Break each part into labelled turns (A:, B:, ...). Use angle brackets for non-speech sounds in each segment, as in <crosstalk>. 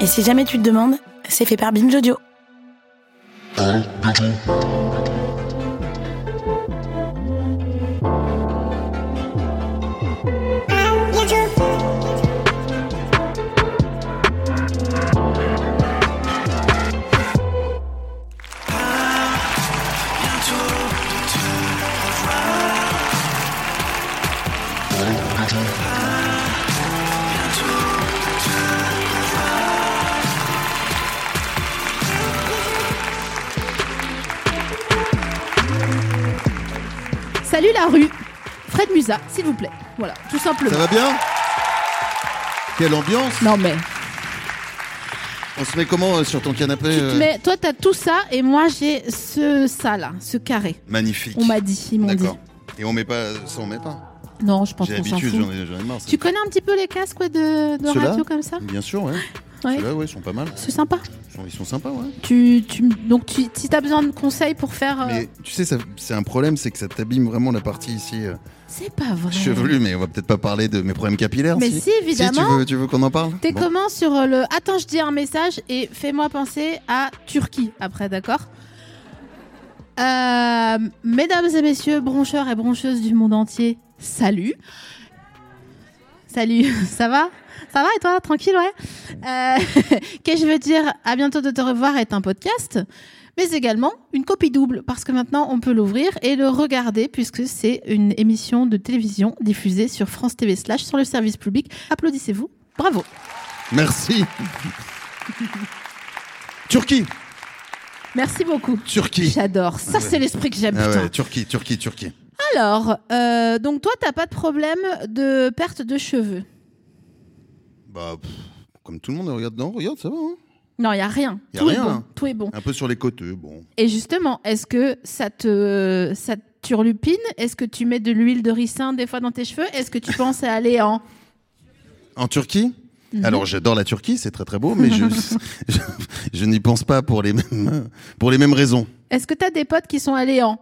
A: Et si jamais tu te demandes, c'est fait par Binge Audio.
B: Salut la rue Fred Musa, s'il vous plaît. Voilà, tout
C: Ça
B: simplement.
C: va bien Quelle ambiance
B: Non mais,
C: On se met comment euh, sur ton canapé
B: tu te
C: euh,
B: mets- toi t'as tout ça et moi j'ai ce ça là, ce carré.
C: Magnifique.
B: On m'a dit, ils m'ont dit.
C: D'accord. Et on met pas, ça on met pas.
B: Non, je pense
C: J'ai
B: qu'on s'en
C: l'habitude, j'en
B: fout.
C: ai, j'en ai marre. ça.
B: Tu connais un petit peu les casques ouais, de, de
C: Ceux-là
B: radio comme ça
C: Bien sûr, ouais.
B: Ouais.
C: Ceux-là, ouais, ils sont pas mal.
B: C'est sympa.
C: Ils sont, ils sont sympas, ouais.
B: Tu, tu, donc tu, si t'as besoin de conseils pour faire... euh,
C: Mais tu sais, ça- c'est un problème, c'est que ça t'abîme vraiment la partie ici euh,
B: C'est pas vrai.
C: chevelue, mais on va peut-être pas parler de mes problèmes capillaires.
B: Mais si,
C: tu
B: évidemment.
C: veux, tu veux qu'on en parle
B: T'es
C: Bon.
B: comment sur euh, le... Attends, je dis un message et fais-moi penser à Turquie après, d'accord Euh, Mesdames et messieurs, broncheurs et broncheuses du monde entier, salut Salut, <laughs> ça va Ça va et toi Tranquille, ouais Euh, <laughs> Qu'est-ce que je veux dire À bientôt de te revoir est un podcast, mais également une copie double, parce que maintenant on peut l'ouvrir et le regarder, puisque c'est une émission de télévision diffusée sur France TV slash sur le service public. Applaudissez-vous, bravo
C: Merci. Turquie,
B: Merci beaucoup.
C: Turquie.
B: J'adore. Ça, c'est l'esprit que j'aime.
C: Ah
B: putain.
C: ouais, Turquie, Turquie, Turquie.
B: Alors, euh, donc toi, t'as pas de problème de perte de cheveux
C: Bah, pff, comme tout le monde, regarde, non, regarde, ça va. hein.
B: Non, il y a rien.
C: Y a
B: tout est
C: rien,
B: bon.
C: hein.
B: Tout est bon.
C: Un peu sur les côtés, bon.
B: Et justement, est-ce que ça te ça te turlupine Est-ce que tu mets de l'huile de ricin des fois dans tes cheveux Est-ce que tu penses à aller en
C: En Turquie
B: Mhm.
C: Alors j'adore la Turquie, c'est très très beau, mais je,
B: <laughs>
C: je, je n'y pense pas pour les mêmes, pour les mêmes raisons.
B: Est-ce que t'as des potes qui sont allés en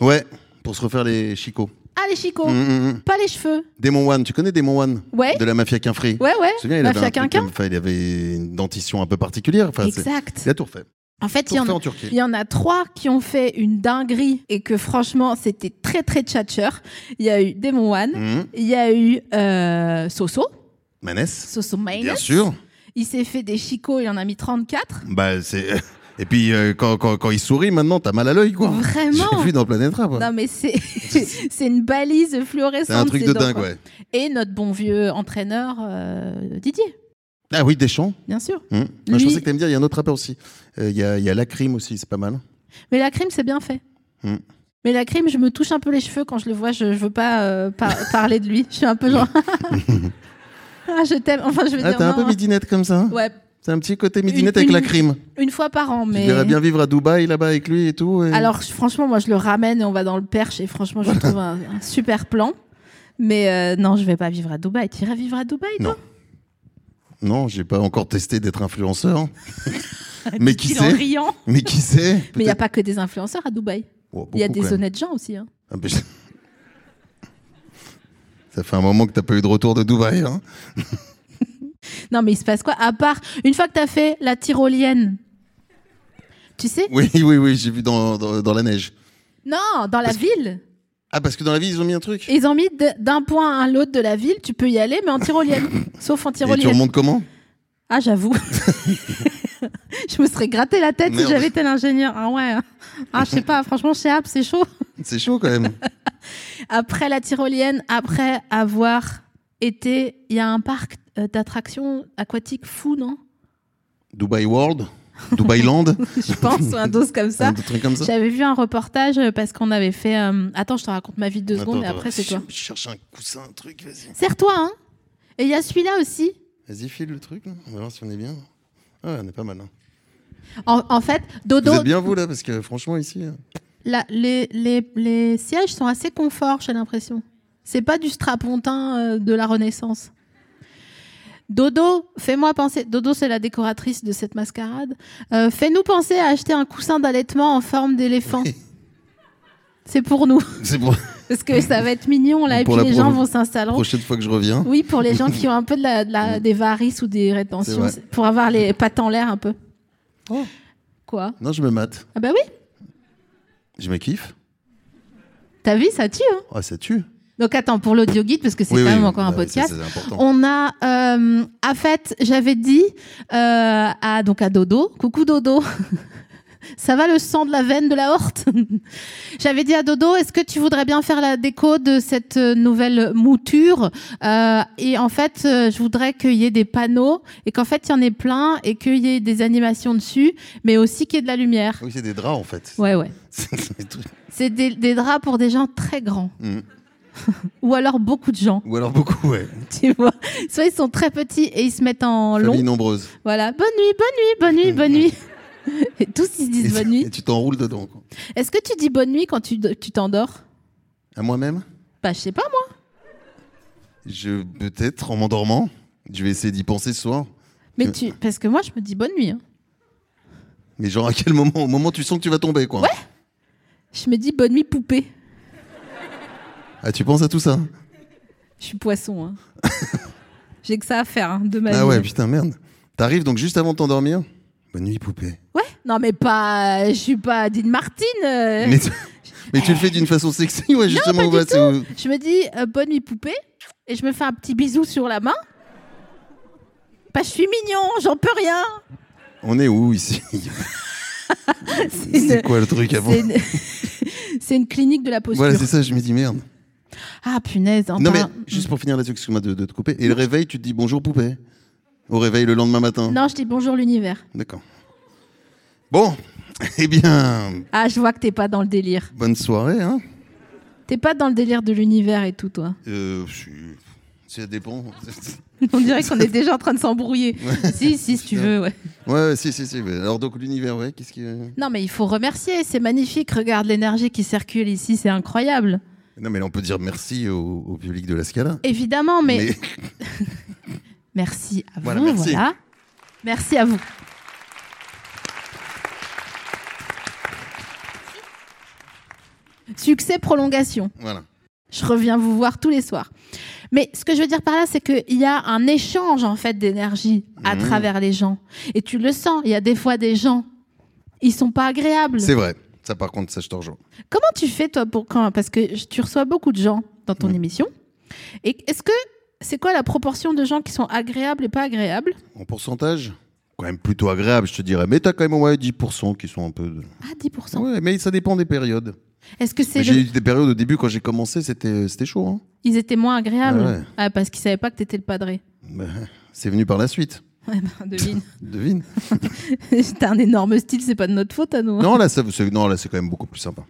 C: Ouais, pour se refaire les chicots.
B: Ah les chicots,
C: Hum, hum, hum.
B: pas les cheveux.
C: Démon One, tu connais Démon One
B: Ouais.
C: De la mafia Quinfree
B: Ouais ouais. Bah,
C: Tu te souviens, il
B: Mafia
C: avait, un truc
B: Quinquin.
C: comme- enfin, il avait une dentition un peu particulière. Enfin, c'est-
B: Exact.
C: Il a tout refait.
B: En fait,
C: Tout
B: il y en
C: refait
B: a
C: en Turquie.
B: Il y en a trois qui ont fait une dinguerie et que franchement, c'était très très tchatcheur. Il y a eu Demon One,
C: Mhm.
B: il y a eu euh, Soso,
C: Manès
B: Soso
C: Bien
B: Maynard.
C: sûr.
B: Il s'est fait des chicots, il en a mis 34.
C: Bah, c'est... <laughs> Et puis euh, quand, quand, quand il sourit maintenant, t'as mal à l'œil quoi.
B: Vraiment
C: <laughs> J'ai vu dans Planète Rap. ouais.
B: Non mais c'est <laughs> c'est une balise fluorescente.
C: C'est un truc de
B: dedans,
C: dingue,
B: quoi.
C: ouais.
B: Et notre bon vieux entraîneur euh, Didier,
C: Ah oui, Deschamps.
B: bien sûr.
C: Hum. Moi,
B: Hein Lui-
C: Je pensais que t'allais me dire, il y a un autre rappeur aussi. Euh, Il y a, il y a Lacrim aussi, c'est pas mal.
B: Mais la crime, c'est bien fait.
C: Mhm.
B: Mais la crime, je me touche un peu les cheveux quand je le vois. Je, je veux pas euh,
C: <laughs>
B: par- parler de lui. Je suis un peu genre. <laughs> ah, je t'aime. Enfin, je veux
C: Ah,
B: dire.
C: t'as un
B: non.
C: peu midinette comme ça hein
B: Ouais,
C: C'est un petit côté midinette
B: Une-
C: avec
B: une-
C: la crime.
B: une fois par an,
C: Tu
B: mais.
C: verrais bien vivre à Dubaï là-bas avec lui et tout. et-
B: Alors, je- franchement, moi, je le ramène et on va dans le Perche. Et franchement, je trouve un, un super plan. Mais euh, non, je vais pas vivre à Dubaï. Tu irais vivre à Dubaï, toi
C: Non. Non, j'ai pas encore testé d'être influenceur. mais qui
B: Dit-il en
C: sait
B: riant.
C: Mais qui sait
B: <laughs> Mais il n'y a
C: Peut-être-
B: pas que des influenceurs à Dubaï.
C: Oh,
B: Il y a
C: beaucoup,
B: des
C: quand même.
B: honnêtes gens aussi. hein.
C: Ah, ben, je- Ça fait un moment que t'as pas eu de retour de Dubaï. Hein.
B: Non, mais il se passe quoi À part, une fois que tu as fait la tyrolienne, tu sais
C: Oui, <laughs> oui, oui, j'ai vu dans, dans, dans la neige.
B: Non, dans la ville.
C: Ah, parce que dans la vie, ils ont mis un truc.
B: Ils ont mis de- d'un point à l'autre de la ville, tu peux y aller, mais en
C: <laughs>
B: tyrolienne. Sauf en
C: et tu
B: tyrolienne.
C: remontes comment
B: Ah,
C: <laughs>
B: j'avoue. je me serais gratté la tête si
C: Merde.
B: j'avais tel ingénieur. Ah ouais. Ah, je sais pas, franchement, chez App, c'est chaud.
C: C'est chaud
B: <laughs>
C: quand même.
B: Après la tyrolienne, après avoir été. Il y a un parc euh, d'attractions aquatiques fou, non
C: Dubai World Dubaïland,
B: <laughs> je pense, ou un dos comme ça.
C: un truc comme ça.
B: J'avais vu un reportage euh, parce qu'on avait fait. euh, Attends, je te raconte ma vie de deux
C: Attends,
B: secondes et
C: attends,
B: après c'est toi.
C: Je cherche un coussin, un truc, vas-y.
B: Serre-toi, hein Et il y a celui-là aussi.
C: Vas-y, file le truc, là. on va voir si on est bien. Ah, on est pas mal. hein.
B: En, en fait,
C: Vous
B: Dodo,
C: êtes bien, vous, là, parce que franchement, ici. hein.
B: la- les, les- les sièges sont assez confort, j'ai l'impression. C'est pas du strapontin euh, de la Renaissance. Dodo, fais-moi penser. Dodo, c'est la décoratrice de cette mascarade. Euh, Fais-nous penser à acheter un coussin d'allaitement en forme d'éléphant. <laughs> C'est pour nous,
C: C'est pour
B: parce que ça va être mignon là, et
C: Pour
B: puis
C: la
B: les gens
C: pro-
B: vont s'installeront.
C: prochaine fois que je reviens.
B: Oui, pour les gens qui ont un peu de la, de
C: <laughs>
B: la- des varices ou des
C: C'est
B: rétentions,
C: vrai. Oh.
B: c'est pour avoir les pattes en l'air un peu. Quoi
C: Non, je me mate.
B: Ah bah oui,
C: Je me kiffe.
B: t'as vu, ça tue. hein.
C: Ah, ça tue.
B: Donc attends, pour l'audio guide, parce que c'est
C: Oui,
B: quand
C: oui,
B: même encore un
C: bah oui, ça,
B: podcast.
C: c'est important.
B: On a, euh, en fait, j'avais dit euh, à donc à Dodo, coucou Dodo. <laughs> Ça va le sang de la veine de la horte <laughs> J'avais dit à Dodo, est-ce que tu voudrais bien faire la déco de cette euh, nouvelle mouture Euh, Et en fait, euh, je voudrais qu'il y ait des panneaux et qu'en fait, il y en ait plein et qu'il y ait des animations dessus, mais aussi qu'il y ait de la lumière.
C: Oui, c'est des draps, en fait.
B: Ouais, ouais.
C: <laughs> C'est des trucs-
B: C'est des, des draps pour des gens très grands.
C: Mhm.
B: <laughs> Ou alors beaucoup de gens,
C: Ou alors beaucoup, ouais.
B: tu vois. <laughs> Soit ils sont très petits et ils se mettent en long.
C: Famille nombreuse.
B: Voilà, bonne nuit, bonne nuit, bonne nuit, bonne nuit. <laughs> Et tous ils se
C: Et,
B: disent bonne
C: et
B: nuit.
C: tu t'enroules dedans. quoi.
B: Est-ce que tu dis bonne nuit quand tu tu t'endors
C: À moi-même
B: Bah, je sais pas moi.
C: Je peut-être en m'endormant. Je vais essayer d'y penser ce soir.
B: Mais tu parce que moi je me dis bonne nuit. hein.
C: Mais genre à quel moment Au moment où tu sens que tu vas tomber, quoi. Ouais.
B: Je me dis bonne nuit poupée.
C: Ah, tu penses à tout ça
B: Je suis poisson.
C: <laughs>
B: hein. J'ai que ça à faire hein, de ma
C: Ah
B: vie.
C: ouais, putain, merde. T'arrives donc juste avant de t'endormir Bonne nuit, poupée.
B: Ouais. Non mais pas, je suis pas Dean Martin. euh.
C: Mais, tu- <laughs> mais tu le fais d'une façon sexy, ouais, justement.
B: pas du
C: ouais, c'est-
B: Je me dis euh, bonne nuit poupée et je me fais un petit bisou sur la main. Bah, je suis mignon, j'en peux rien.
C: On est où ici
B: C'est
C: C'est
B: une-
C: quoi le truc avant
B: c'est une... c'est une <laughs> clinique de la posture.
C: <laughs> Voilà, c'est ça, je me dis merde.
B: Ah punaise, enfin.
C: Non, mais juste pour finir là-dessus, excuse-moi de, de te couper. Et le réveil, tu te dis bonjour, poupée. Au réveil le lendemain matin.
B: Non, je dis bonjour l'univers.
C: D'accord. Bon, <laughs> eh bien,
B: Ah, je vois que t'es pas dans le délire.
C: bonne soirée. Hein
B: T'es pas dans le délire de l'univers et tout, toi.
C: euh, je suis- ça dépend. <laughs>
B: On dirait qu'on est déjà en train de s'embrouiller. si, si, si tu veux, ouais.
C: ouais, si, si, si. mais Alors, donc, l'univers, ouais, qu'est-ce que.
B: Non, mais il faut remercier, c'est magnifique. Regarde l'énergie qui circule ici, c'est incroyable.
C: Non, mais là, on peut dire merci au, au public de la Scala.
B: Évidemment, mais, merci à
C: Voilà,
B: vous,
C: merci.
B: voilà. Merci à vous. Succès prolongation.
C: Voilà.
B: Je reviens vous voir tous les soirs. Mais ce que je veux dire par là, c'est qu'il y a un échange en fait d'énergie
C: Mmh.
B: à travers les gens. Et tu le sens. Il y a des fois des gens, ils sont pas agréables.
C: C'est vrai. Ça, par contre, ça, je te rejoins.
B: Comment tu fais toi pour quand Parce que je- tu reçois beaucoup de gens dans
C: Mmh.
B: ton émission. Et est-ce que c'est quoi la proportion de gens qui sont agréables et pas agréables
C: En pourcentage Quand même plutôt agréable, je te dirais. Mais t'as quand même, ouais, 10% qui sont un peu. de-
B: Ah 10%.
C: Ouais, mais ça dépend des périodes.
B: Est-ce que c'est
C: Mais J'ai
B: le-
C: eu des périodes au début, quand j'ai commencé, c'était c'était chaud. Hein
B: ils étaient moins agréables
C: Ah ouais.
B: Ah, parce qu'ils savaient pas que t'étais le padré. <laughs>
C: Bah, c'est venu par la suite.
B: Ouais, ben,
C: <laughs>
B: devine.
C: Devine.
B: T'as un énorme style, c'est pas de notre faute à nous. hein.
C: Non, là, ça- c'est non, là, c'est quand même beaucoup plus sympa.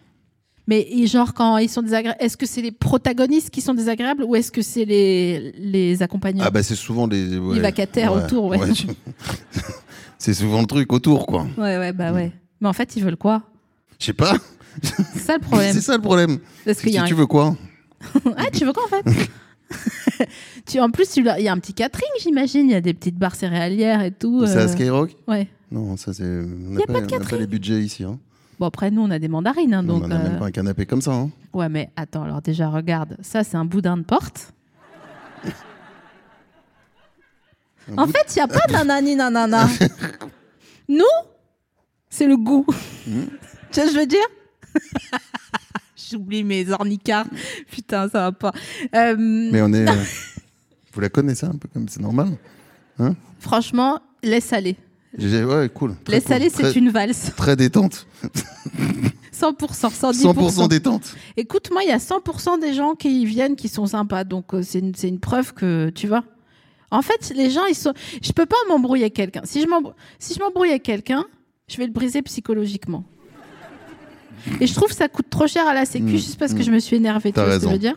B: Mais et genre quand ils sont désagréables, est-ce que c'est les protagonistes qui sont désagréables ou est-ce que c'est les les accompagnants
C: Ah bah c'est souvent les ouais.
B: vacataires autour, ouais.
C: tu- <laughs> c'est souvent le truc autour, quoi.
B: Ouais ouais bah ouais. Mais en fait ils veulent quoi
C: Je sais pas.
B: C'est ça le problème.
C: <laughs> c'est ça le problème.
B: Parce
C: C'est
B: qu'il y a
C: que
B: un-
C: tu veux quoi
B: ah tu veux quoi en fait <laughs> Tu en plus tu l'as- il y a un petit catering j'imagine, il y a des petites barres céréalières et tout.
C: C'est à
B: euh,
C: Skyrock
B: Ouais.
C: Non, ça c'est. On
B: Y
C: n'a
B: a pas de
C: on n'a
B: catering.
C: les budgets ici. hein.
B: Bon après nous on a des mandarines hein, donc.
C: on n'a
B: euh,
C: même pas un canapé comme ça. hein.
B: Ouais mais attends alors déjà regarde ça c'est un boudin de porte.
C: Un
B: En
C: bout-
B: fait, il n'y a pas de nanani
C: <laughs>
B: nanana. Nous, c'est le goût.
C: Hmm.
B: Tu vois ce que je veux dire
C: <laughs>
B: J'oublie mes ornicards. Putain, ça va pas. Euh,
C: Mais on est. euh, Vous la connaissez un peu comme c'est normal.
B: Franchement, laisse aller.
C: J'ai- Ouais, cool. Très
B: Laisse
C: cool.
B: aller, c'est
C: Très-
B: une valse.
C: Très détente.
B: 100%, 110%.
C: 100% détente.
B: Écoute, moi, il y a 100% des gens qui y viennent qui sont sympas. Donc, euh, c'est une, c'est une preuve que, tu vois. En fait, les gens, ils sont. Je peux pas m'embrouiller avec quelqu'un. Si je m'embrou- si je m'embrouille avec quelqu'un, je vais le briser psychologiquement. Et je trouve que ça coûte trop cher à la sécu
C: Mm,
B: juste parce
C: mm.
B: que je me suis énervée. Tu
C: T'as
B: vois ce que je veux
C: raison.
B: dire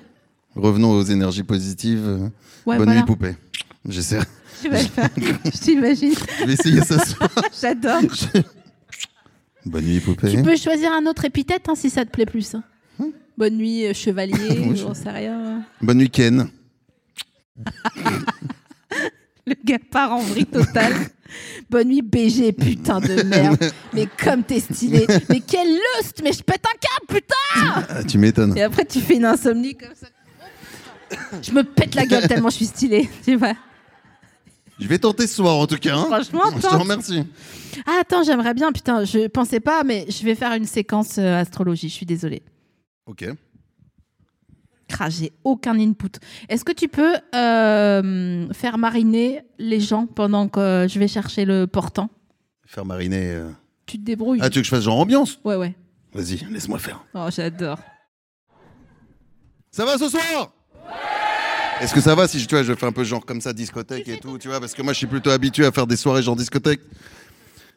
C: Revenons aux énergies positives. Euh,
B: Ouais,
C: Bonne
B: voilà.
C: nuit, poupée. J'essaie. <laughs>
B: Tu vas le faire. <laughs> je t'imagine.
C: Je vais essayer ça ce soir.
B: <laughs>
C: <laughs>
B: J'adore.
C: Bonne nuit, poupée.
B: Tu peux choisir un autre épithète hein, si ça te plaît plus. hein. Bonne nuit, euh, chevalier,
C: <laughs>
B: ou
C: Oui, je-
B: j'en sais rien.
C: Bonne nuit, Ken.
B: <laughs> Le gars part en vrille totale. <laughs> Bonne nuit, BG, putain de
C: <laughs>
B: merde. mais comme t'es stylé. Mais quel lust Mais je pète un câble, putain
C: Ah, tu m'étonnes.
B: Et après, tu fais une insomnie comme ça. Je me pète la gueule tellement je suis stylée. <laughs> Tu vois
C: Je vais tenter ce soir, en tout cas. hein.
B: Franchement,
C: Je te
B: tente.
C: remercie.
B: Ah, attends, j'aimerais bien. Putain, je pensais pas, mais je vais faire une séquence euh, astrologie. Je suis désolée.
C: Ok.
B: Cra, j'ai aucun input. Est-ce que tu peux euh, faire mariner les gens pendant que euh, je vais chercher le portant
C: Faire mariner. euh.
B: Tu te débrouilles.
C: Ah, tu veux que je fasse genre ambiance
B: Ouais, ouais.
C: Vas-y, laisse-moi faire.
B: Oh, j'adore.
C: Ça va ce soir Est-ce que ça va si je, tu vois, je fais un peu genre comme ça, discothèque et tout, tu vois, parce que moi je suis plutôt habitué à faire des soirées genre discothèque.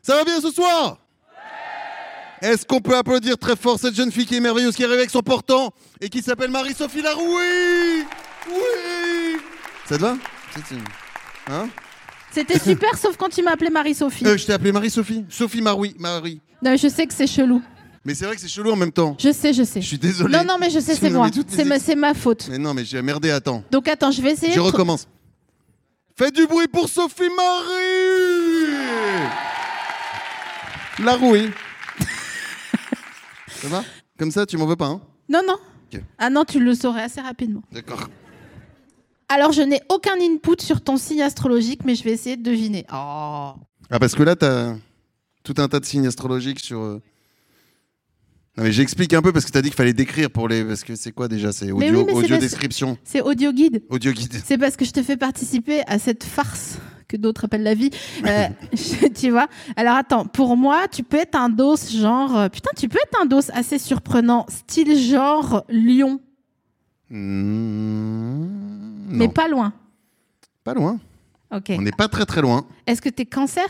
C: Ça va bien ce soir Est-ce qu'on peut applaudir très fort cette jeune fille qui est merveilleuse, qui arrive avec son portant et qui s'appelle Marie-Sophie Laroui Oui Ça te va C'est une- Hein <laughs>
B: C'était super, sauf quand tu m'as appelé Marie-Sophie.
C: Euh, Je t'ai appelé Marie-Sophie. Sophie Maroui, Marie.
B: Non, je sais que c'est chelou.
C: Mais c'est vrai que c'est chelou en même temps.
B: Je sais, je sais.
C: Je suis désolé.
B: Non, non, mais je sais, c'est
C: Non,
B: moi.
C: mais toutes mes
B: C'est ma,
C: ex-
B: c'est ma faute.
C: Mais non, mais j'ai merdé, attends.
B: Donc attends, je vais essayer.
C: Je
B: de-
C: recommence. Faites du bruit pour Sophie Marie
B: <laughs>
C: La rouille. Ça va Comme ça, tu m'en veux pas, hein
B: Non, non.
C: Ok.
B: Ah non, tu le saurais assez rapidement.
C: D'accord.
B: Alors, je n'ai aucun input sur ton signe astrologique, mais je vais essayer de deviner. Oh.
C: Ah, parce que là, t'as tout un tas de signes astrologiques sur... euh, Non, mais j'explique un peu, parce que t'as dit qu'il fallait décrire pour les... Parce que c'est quoi, déjà C'est
B: Mais
C: audio,
B: oui, mais c'est
C: audio
B: parce-
C: description,
B: C'est audio guide.
C: audio guide.
B: C'est parce que je te fais participer à cette farce que d'autres appellent la
C: <laughs>
B: vie. Euh, <laughs> je- tu vois Alors attends, pour moi, tu peux être un dos genre. euh, Putain, tu peux être un dos assez surprenant, style genre lion,
C: Mmh,
B: mais
C: Non,
B: pas loin.
C: pas loin.
B: Ok.
C: On n'est pas très très loin.
B: Est-ce que t'es cancer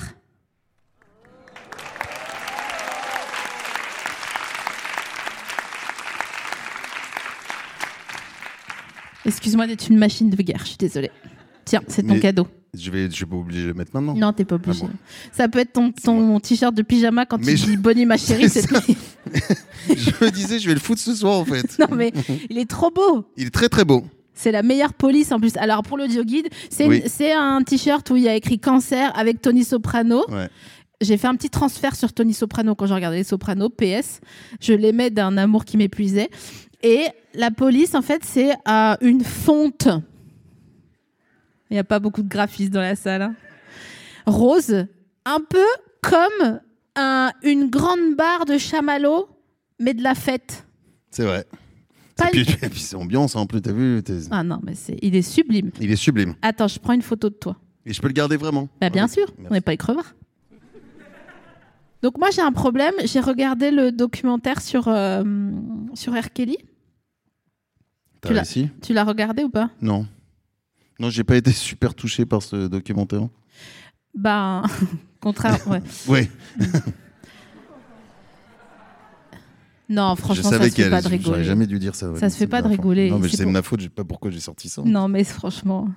B: Excuse-moi d'être une machine de guerre, je suis désolée. Tiens, c'est ton
C: Mais-
B: cadeau.
C: Je vais, je suis pas obligé de le mettre maintenant.
B: Non, t'es pas obligé.
C: Ah bon.
B: Ça peut être ton, ton t-shirt de pyjama quand
C: Mais
B: tu
C: je-
B: dis Bonnie ma chérie.
C: <laughs> C'est
B: c'est-
C: <laughs> je me disais, je vais le foutre ce soir, en fait.
B: non
C: <laughs>
B: mais il est trop beau.
C: Il est très très beau.
B: C'est la meilleure police en plus. Alors pour l'audio guide, c'est
C: Oui.
B: une- c'est un t-shirt où il y a écrit cancer avec Tony Soprano.
C: Ouais.
B: J'ai fait un petit transfert sur Tony Soprano quand j'ai regardé les Sopranos, PS. Je l'aimais d'un amour qui m'épuisait. Et la police, en fait, c'est euh, une fonte. Il n'y a pas beaucoup de graphistes dans la salle. hein. Rose, un peu comme un- une grande barre de chamallow, mais de la fête.
C: C'est vrai.
B: Pas
C: Et puis,
B: une-
C: et puis c'est ambiance hein, en plus, t'as vu t'es-
B: Ah non, mais c'est, il est sublime.
C: Il est sublime.
B: Attends, je prends une photo de toi.
C: Et je peux le garder vraiment.
B: Bah, bien
C: Avec-
B: sûr, on
C: Merci.
B: n'est pas les crevards. Donc moi j'ai un problème, j'ai regardé le documentaire sur, euh, sur R. Kelly.
C: T'as
B: Tu l'as-
C: réussi
B: Tu l'as regardé ou pas
C: Non. Non, j'ai pas été super touché par ce documentaire.
B: Ben, <laughs> contraire, ouais.
C: Oui.
B: Non,
C: Je
B: franchement, ça
C: savais
B: se fait
C: qu'elle.
B: pas de
C: J'aurais
B: rigoler.
C: jamais dû dire ça. ouais,
B: Ça se
C: c'est
B: fait pas de
C: la fin.
B: rigoler,
C: Non, mais
B: c'est
C: c'est de
B: pour-
C: ma faute. J'ai pas pourquoi j'ai sorti ça.
B: Non, mais franchement.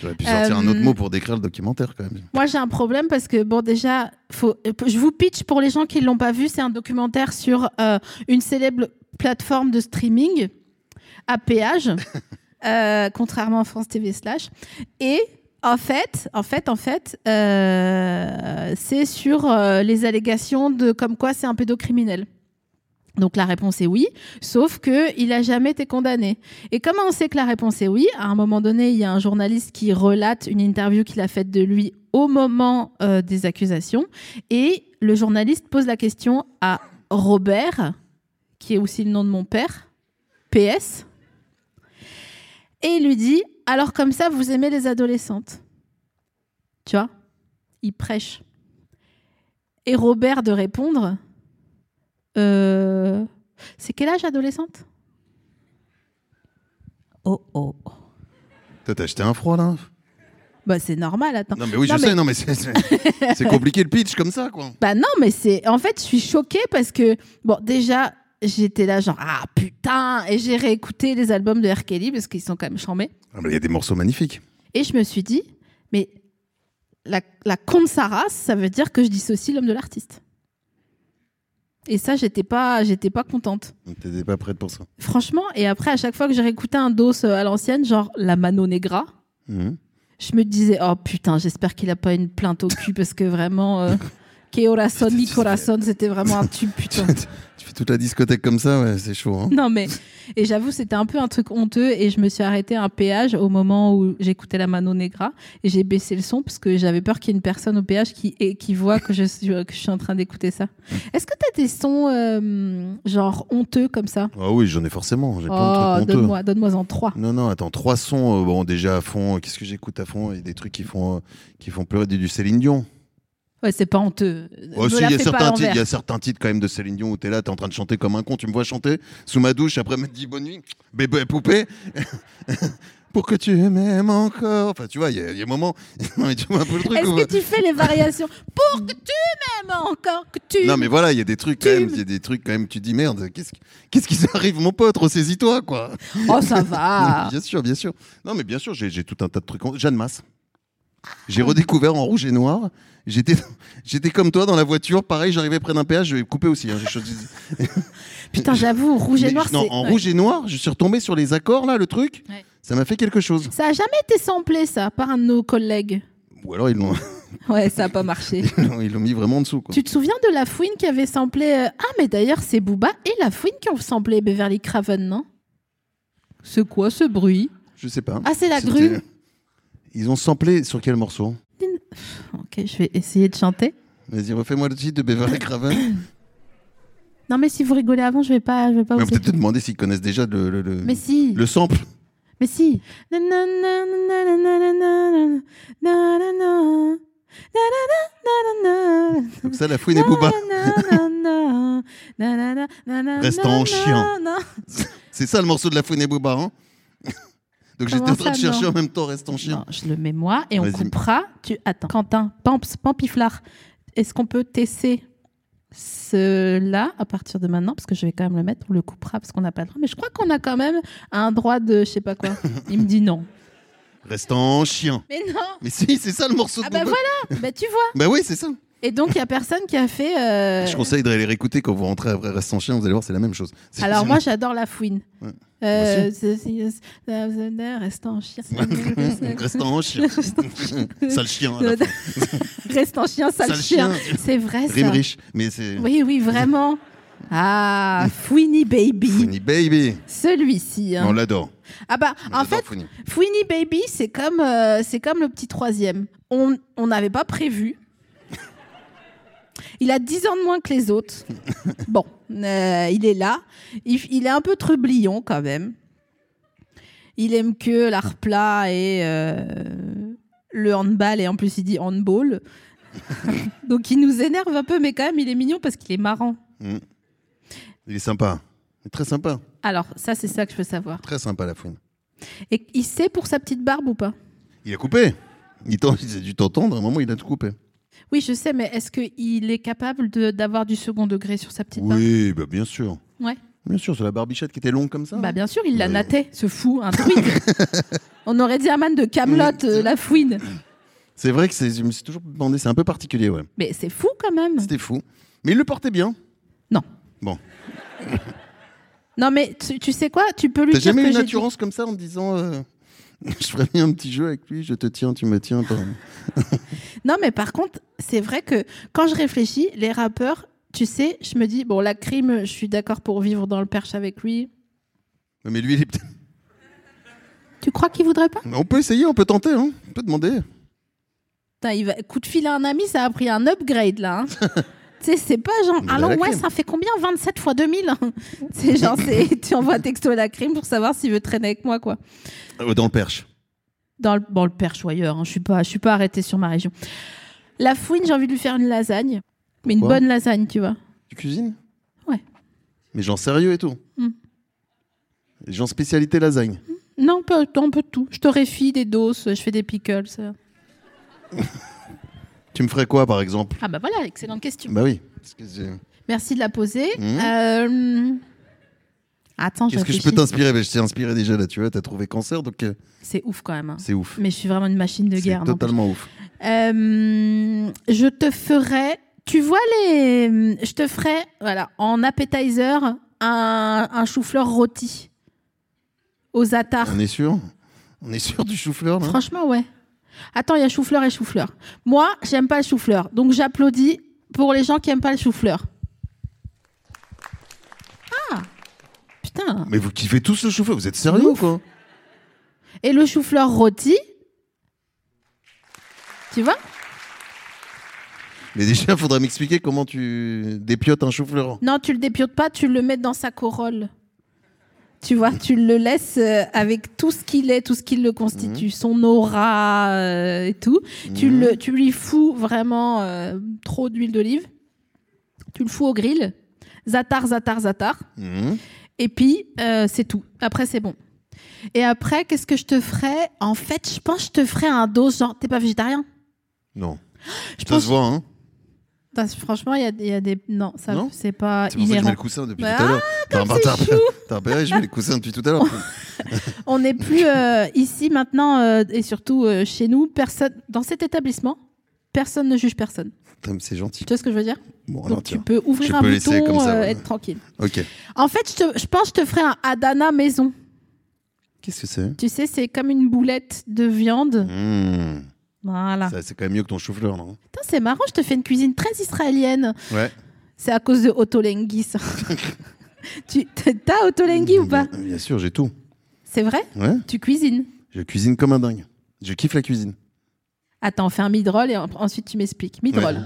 C: J'aurais pu sortir un autre
B: Euh,
C: mot pour décrire le documentaire quand même.
B: Moi, j'ai un problème parce que, bon, déjà, faut... je vous pitch pour les gens qui ne l'ont pas vu. C'est un documentaire sur euh, une célèbre plateforme de streaming à péage, euh, contrairement à France TV Slash. Et en fait, en fait, en fait, euh, c'est sur euh, les allégations de comme quoi c'est un pédocriminel. Donc la réponse est oui, sauf que il a jamais été condamné. Et comment on sait que la réponse est oui À un moment donné, il y a un journaliste qui relate une interview qu'il a faite de lui au moment euh, des accusations. Et le journaliste pose la question à Robert, qui est aussi le nom de mon père, PS. Et il lui dit Alors, comme ça, vous aimez les adolescentes Tu vois Il prêche. Et Robert de répondre Euh, C'est quel âge adolescente Oh oh.
C: Toi, T'as acheté un froid là
B: Bah, c'est normal, attends.
C: Non, mais oui, je sais, non, mais c'est- c'est
B: <laughs>
C: c'est compliqué le pitch comme ça, quoi.
B: Bah non, mais c'est. En fait, je suis choquée parce que, bon, déjà, j'étais là, genre, ah putain Et j'ai réécouté les albums de R. Kelly parce qu'ils sont quand même chambés.
C: Ah, mais il y a des morceaux magnifiques.
B: Et je me suis dit, mais la, la con de sa race, ça veut dire que je dissocie l'homme de l'artiste. Et ça, j'étais pas, j'étais pas contente.
C: T'étais pas prête pour ça.
B: Franchement, et après, à chaque fois que j'ai réécouté un dos euh, à l'ancienne, genre la Mano Negra,
C: Mhm.
B: je me disais, oh putain, j'espère qu'il a pas une plainte au cul parce que vraiment, euh, Que Orason, Mi Corazon, c'était vraiment un tube, putain.
C: <laughs> <laughs> tu fais toute la discothèque comme ça, ouais, c'est chaud. Hein.
B: Non, mais. Et j'avoue, c'était un peu un truc honteux et je me suis arrêtée à un péage au moment où j'écoutais la Mano Negra et j'ai baissé le son parce que j'avais peur qu'il y ait une personne au péage qui, et qui voit que je, suis, euh, que je suis en train d'écouter ça. Est-ce que t'as des sons euh, genre honteux comme ça
C: Ah oui, j'en ai forcément. J'ai
B: Oh,
C: plein de trucs honteux.
B: donne-moi, donne-moi en trois.
C: Non, non, attends, trois sons, euh, bon, déjà à fond, euh, qu'est-ce que j'écoute à fond Il y a des trucs qui font, euh, qui font pleurer, du, du Céline Dion.
B: Ouais, c'est pas honteux.
C: Oh,
B: Me
C: si,
B: la
C: il y, a
B: fais pas à
C: certains titres,
B: l'envers.
C: il y a certains titres quand même de Céline Dion où t'es là, t'es en train de chanter comme un con, tu me vois chanter sous ma douche, après me dit bonne nuit, bébé poupée, <laughs> pour que tu m'aimes encore. Enfin, tu vois, il y, a- il y a un moment, <laughs> non, mais tu vois un peu le truc. ou
B: Est-ce
C: pas
B: que tu fais les variations pour que tu m'aimes encore que tu
C: Non, mais voilà, il y a des trucs quand
B: Tu
C: même,
B: me-
C: il y a des trucs quand même, tu te dis merde, qu'est-ce qui- qu'est-ce qui s'arrive, mon pote, ressaisis-toi, quoi.
B: Oh, ça
C: <laughs> Non,
B: va.
C: mais bien sûr, bien sûr. Non, mais bien sûr, j'ai j'ai tout un tas de trucs. en- Jeanne Masse. J'ai redécouvert en rouge et noir. J'étais, <laughs> j'étais comme toi dans la voiture. Pareil, j'arrivais près d'un péage. Je vais couper aussi. hein, j'ai choisi-
B: Putain, j'avoue, rouge et
C: Mais-
B: noir,
C: non,
B: c'est.
C: en
B: ouais.
C: rouge et noir, je suis retombé sur les accords là, le truc.
B: Ouais.
C: Ça m'a fait quelque chose.
B: Ça a jamais été samplé, ça, par un de nos collègues.
C: Ou alors ils l'ont, <laughs>
B: Ouais, ça a pas marché.
C: ils l'ont mis vraiment en dessous. Quoi.
B: <laughs> Tu te souviens de La Fouine qui avait samplé euh, Ah, mais d'ailleurs, c'est Booba et La Fouine qui ont samplé Beverly Craven, non C'est quoi ce bruit
C: Je sais pas.
B: Ah, c'est la
C: C'était-
B: grue.
C: Ils ont samplé sur quel morceau
B: Ok, je vais essayer de chanter.
C: Vas-y, refais-moi le titre de Beverly
B: <coughs>
C: Craven.
B: Non, mais si vous rigolez avant, je vais pas, je vais pas
C: On va
B: vous.
C: peut-être te demander s'ils connaissent déjà le, le, le-
B: Mais si.
C: le sample.
B: Mais si. Nanananananananana, nanana, nanana,
C: Donc ça, la fouine
B: Ah.
C: et Booba.
B: nanana, nanana, nanana,
C: Reste en chien.
B: nanana.
C: C'est ça le morceau de la Fouine et Booba, hein <laughs> Donc j'étais
B: Comment
C: en train de
B: ça,
C: chercher
B: non
C: en même temps, reste en chien.
B: Non, je le mets moi et on
C: Vas-y.
B: coupera. Tu attends. Quentin, Pamps, Pampiflard, est-ce qu'on peut tester cela à partir de maintenant parce que je vais quand même le mettre. On le coupera parce qu'on n'a pas le droit. Mais je crois qu'on a quand même un droit de je sais pas
C: <laughs>
B: quoi. Il me dit non.
C: Reste en chien.
B: Mais non.
C: Mais si, c'est ça le morceau de
B: Ah bah
C: Booba.
B: voilà. Euh. Bah tu vois.
C: Bah oui, c'est ça.
B: Et donc il y a personne qui a fait. euh,
C: Je conseille d'aller les réécouter quand vous rentrez après Reste en chien, vous allez voir, c'est la même chose. C'est-
B: Alors
C: c'est-
B: moi j'adore la fouine.
C: Ouais.
B: Euh, c'est- c'est- c'est- Reste en chien. <laughs>
C: Reste en chien. <laughs> Sale chien. à la fin.
B: Reste en chien, sale,
C: Sale
B: chien.
C: chien.
B: C'est vrai ça.
C: Rime riche. Mais c'est.
B: Oui, oui, vraiment. Ah, Fouini Baby,
C: Fouine Baby.
B: celui-ci. hein.
C: On l'adore.
B: Ah bah,
C: On
B: en
C: l'adore,
B: fait,
C: Fouine.
B: Fouini Baby, c'est comme, euh, c'est comme le petit troisième. On on n'avait pas prévu. Il a 10 ans de moins que les autres. Bon, euh, il est là. Il, il est un peu trublion quand même. Il aime que l'art plat et euh, le handball. Et en plus, il dit handball. Donc, il nous énerve un peu, mais quand même, il est mignon parce qu'il est marrant.
C: Il est sympa. Il est Très sympa.
B: Alors, ça, c'est ça que je veux savoir.
C: Très sympa, la Fouine.
B: Et il sait pour sa petite barbe ou pas
C: Il a coupé. Il, t'en- <laughs> il a dû t'entendre. À un moment, il a tout coupé.
B: Oui, je sais, mais est-ce qu'il est capable de- d'avoir du second degré sur sa petite barbe
C: Oui, bah bien sûr.
B: Ouais.
C: Bien sûr, c'est la barbichette qui était longue comme ça. hein.
B: Bah, bien sûr, il l'a
C: Oui.
B: natté, ce fou, un
C: <laughs>
B: druide. On aurait dit un man de Camelot, euh, la fouine.
C: C'est vrai que c'est, je me suis toujours demandé, c'est un peu particulier, ouais.
B: Mais c'est fou quand même.
C: C'était fou. Mais il le portait bien.
B: Non.
C: Bon.
B: Non, mais tu, tu sais quoi Tu peux lui
C: T'as
B: dire
C: jamais
B: que
C: eu une
B: j'ai dit-
C: assurance comme ça en te disant euh, <laughs> Je ferais bien un petit jeu avec lui, je te tiens, tu me tiens. pardon.
B: Non, mais par contre, c'est vrai que quand je réfléchis, les rappeurs, tu sais, je me dis, bon, la crime, je suis d'accord pour vivre dans le perche avec lui.
C: Mais lui, il est peut-être-
B: Tu crois qu'il voudrait pas
C: On peut essayer, on peut tenter, hein. on peut demander.
B: Putain, il va... coup de fil à un ami, ça a pris un upgrade
C: <laughs>
B: là. hein. Tu sais, c'est pas genre,
C: Mais
B: allons,
C: la
B: ouais,
C: crème.
B: ça fait combien 27 fois 2000 <laughs> C'est genre,
C: <laughs>
B: c'est- tu envoies un texto à la crime pour savoir s'il veut traîner avec moi, quoi.
C: Euh, Dans le perche.
B: Dans le, bon, le père choyeur, hein, je suis pas, je suis pas arrêtée sur ma région. La fouine, j'ai envie de lui faire une lasagne. Mais une
C: Pourquoi
B: bonne lasagne, tu vois.
C: Tu cuisines
B: Ouais. Hmm.
C: Mais genre sérieux et tout. Et Genre spécialité lasagne.
B: Non, pas, un peu de tout. Je torréfie des doses, je fais des pickles. euh.
C: Tu me ferais quoi, par exemple
B: Ah bah voilà, excellente question.
C: Bah oui. Parce que j'ai-
B: Merci de la poser. Euh, Attends,
C: Mmh. Qu'est-ce que je peux
B: réfléchis.
C: t'inspirer Bah, Je t'ai inspiré déjà là, tu vois, t'as trouvé cancer, donc euh,
B: C'est ouf quand même. hein.
C: c'est ouf.
B: Mais je suis vraiment une machine de
C: C'est
B: guerre. n'empêche.
C: totalement ouf.
B: Euh, je te ferai, tu vois les, je te ferai, voilà, en appetizer un, un chou-fleur rôti aux attards.
C: On est sûr On est sûr du chou-fleur, là
B: Franchement, ouais. Attends, il y a chou-fleur et chou-fleur. Moi, j'aime pas le chou-fleur, donc j'applaudis pour les gens qui aiment pas le chou-fleur. Ah, putain.
C: Mais vous kiffez tous le chou-fleur, vous êtes sérieux ou quoi
B: Et le chou-fleur rôti, tu vois
C: Mais déjà, faudrait m'expliquer comment tu dépiotes un chou-fleur.
B: Non, tu le dépiotes pas, tu le mets dans sa corolle. Tu vois, tu le laisses euh, avec tout ce qu'il est, tout ce qui le constitue, son aura euh, et tout. Tu, le, tu lui fous vraiment euh, trop d'huile d'olive. Tu le fous au grill. Zatar, zatar, zatar.
C: Mhm.
B: Et puis, euh, c'est tout. Après, c'est bon. Et après, qu'est-ce que je te ferais En fait, je pense que je te ferais un dos genre, t'es pas végétarien
C: Non.
B: Je
C: Ça
B: pense.
C: se voit, hein
B: Putain, Franchement, il y a, il y a des. Non, ça,
C: Non
B: c'est pas.
C: C'est pour ça que je mets
B: inhérent.
C: le coussin depuis
B: Bah,
C: tout à l'heure. T'as
B: comme c'est
C: t'as-
B: chou.
C: t'as repéré, je mets les coussins depuis tout à l'heure.
B: <laughs> On n'est plus euh, ici maintenant euh, et surtout euh, chez nous. Personne dans cet établissement, personne ne juge personne.
C: Putain, mais c'est gentil.
B: Tu vois ce que je veux dire
C: Bon,
B: Donc
C: alors
B: tu
C: Oh tiens.
B: peux ouvrir
C: Je
B: un
C: peux laisser
B: bouton,
C: comme ça,
B: euh,
C: ouais.
B: être tranquille.
C: Ok.
B: En fait, je, te- je pense que je te ferai un Adana maison.
C: Qu'est-ce que c'est
B: Tu sais, c'est comme une boulette de viande.
C: Mmh.
B: Voilà.
C: Ça, C'est quand même mieux que ton chou-fleur, non
B: Putain, c'est marrant. Je te fais une cuisine très israélienne.
C: Ouais.
B: C'est à cause de Otolenghi.
C: <laughs>
B: ça. tu t'as Otolenghi ou pas
C: Bien- Bien sûr, j'ai tout.
B: C'est vrai
C: Ouais.
B: Tu cuisines.
C: Je cuisine comme un dingue. Je kiffe la cuisine.
B: Attends, on fait un midroll et en- ensuite tu m'expliques. Midroll.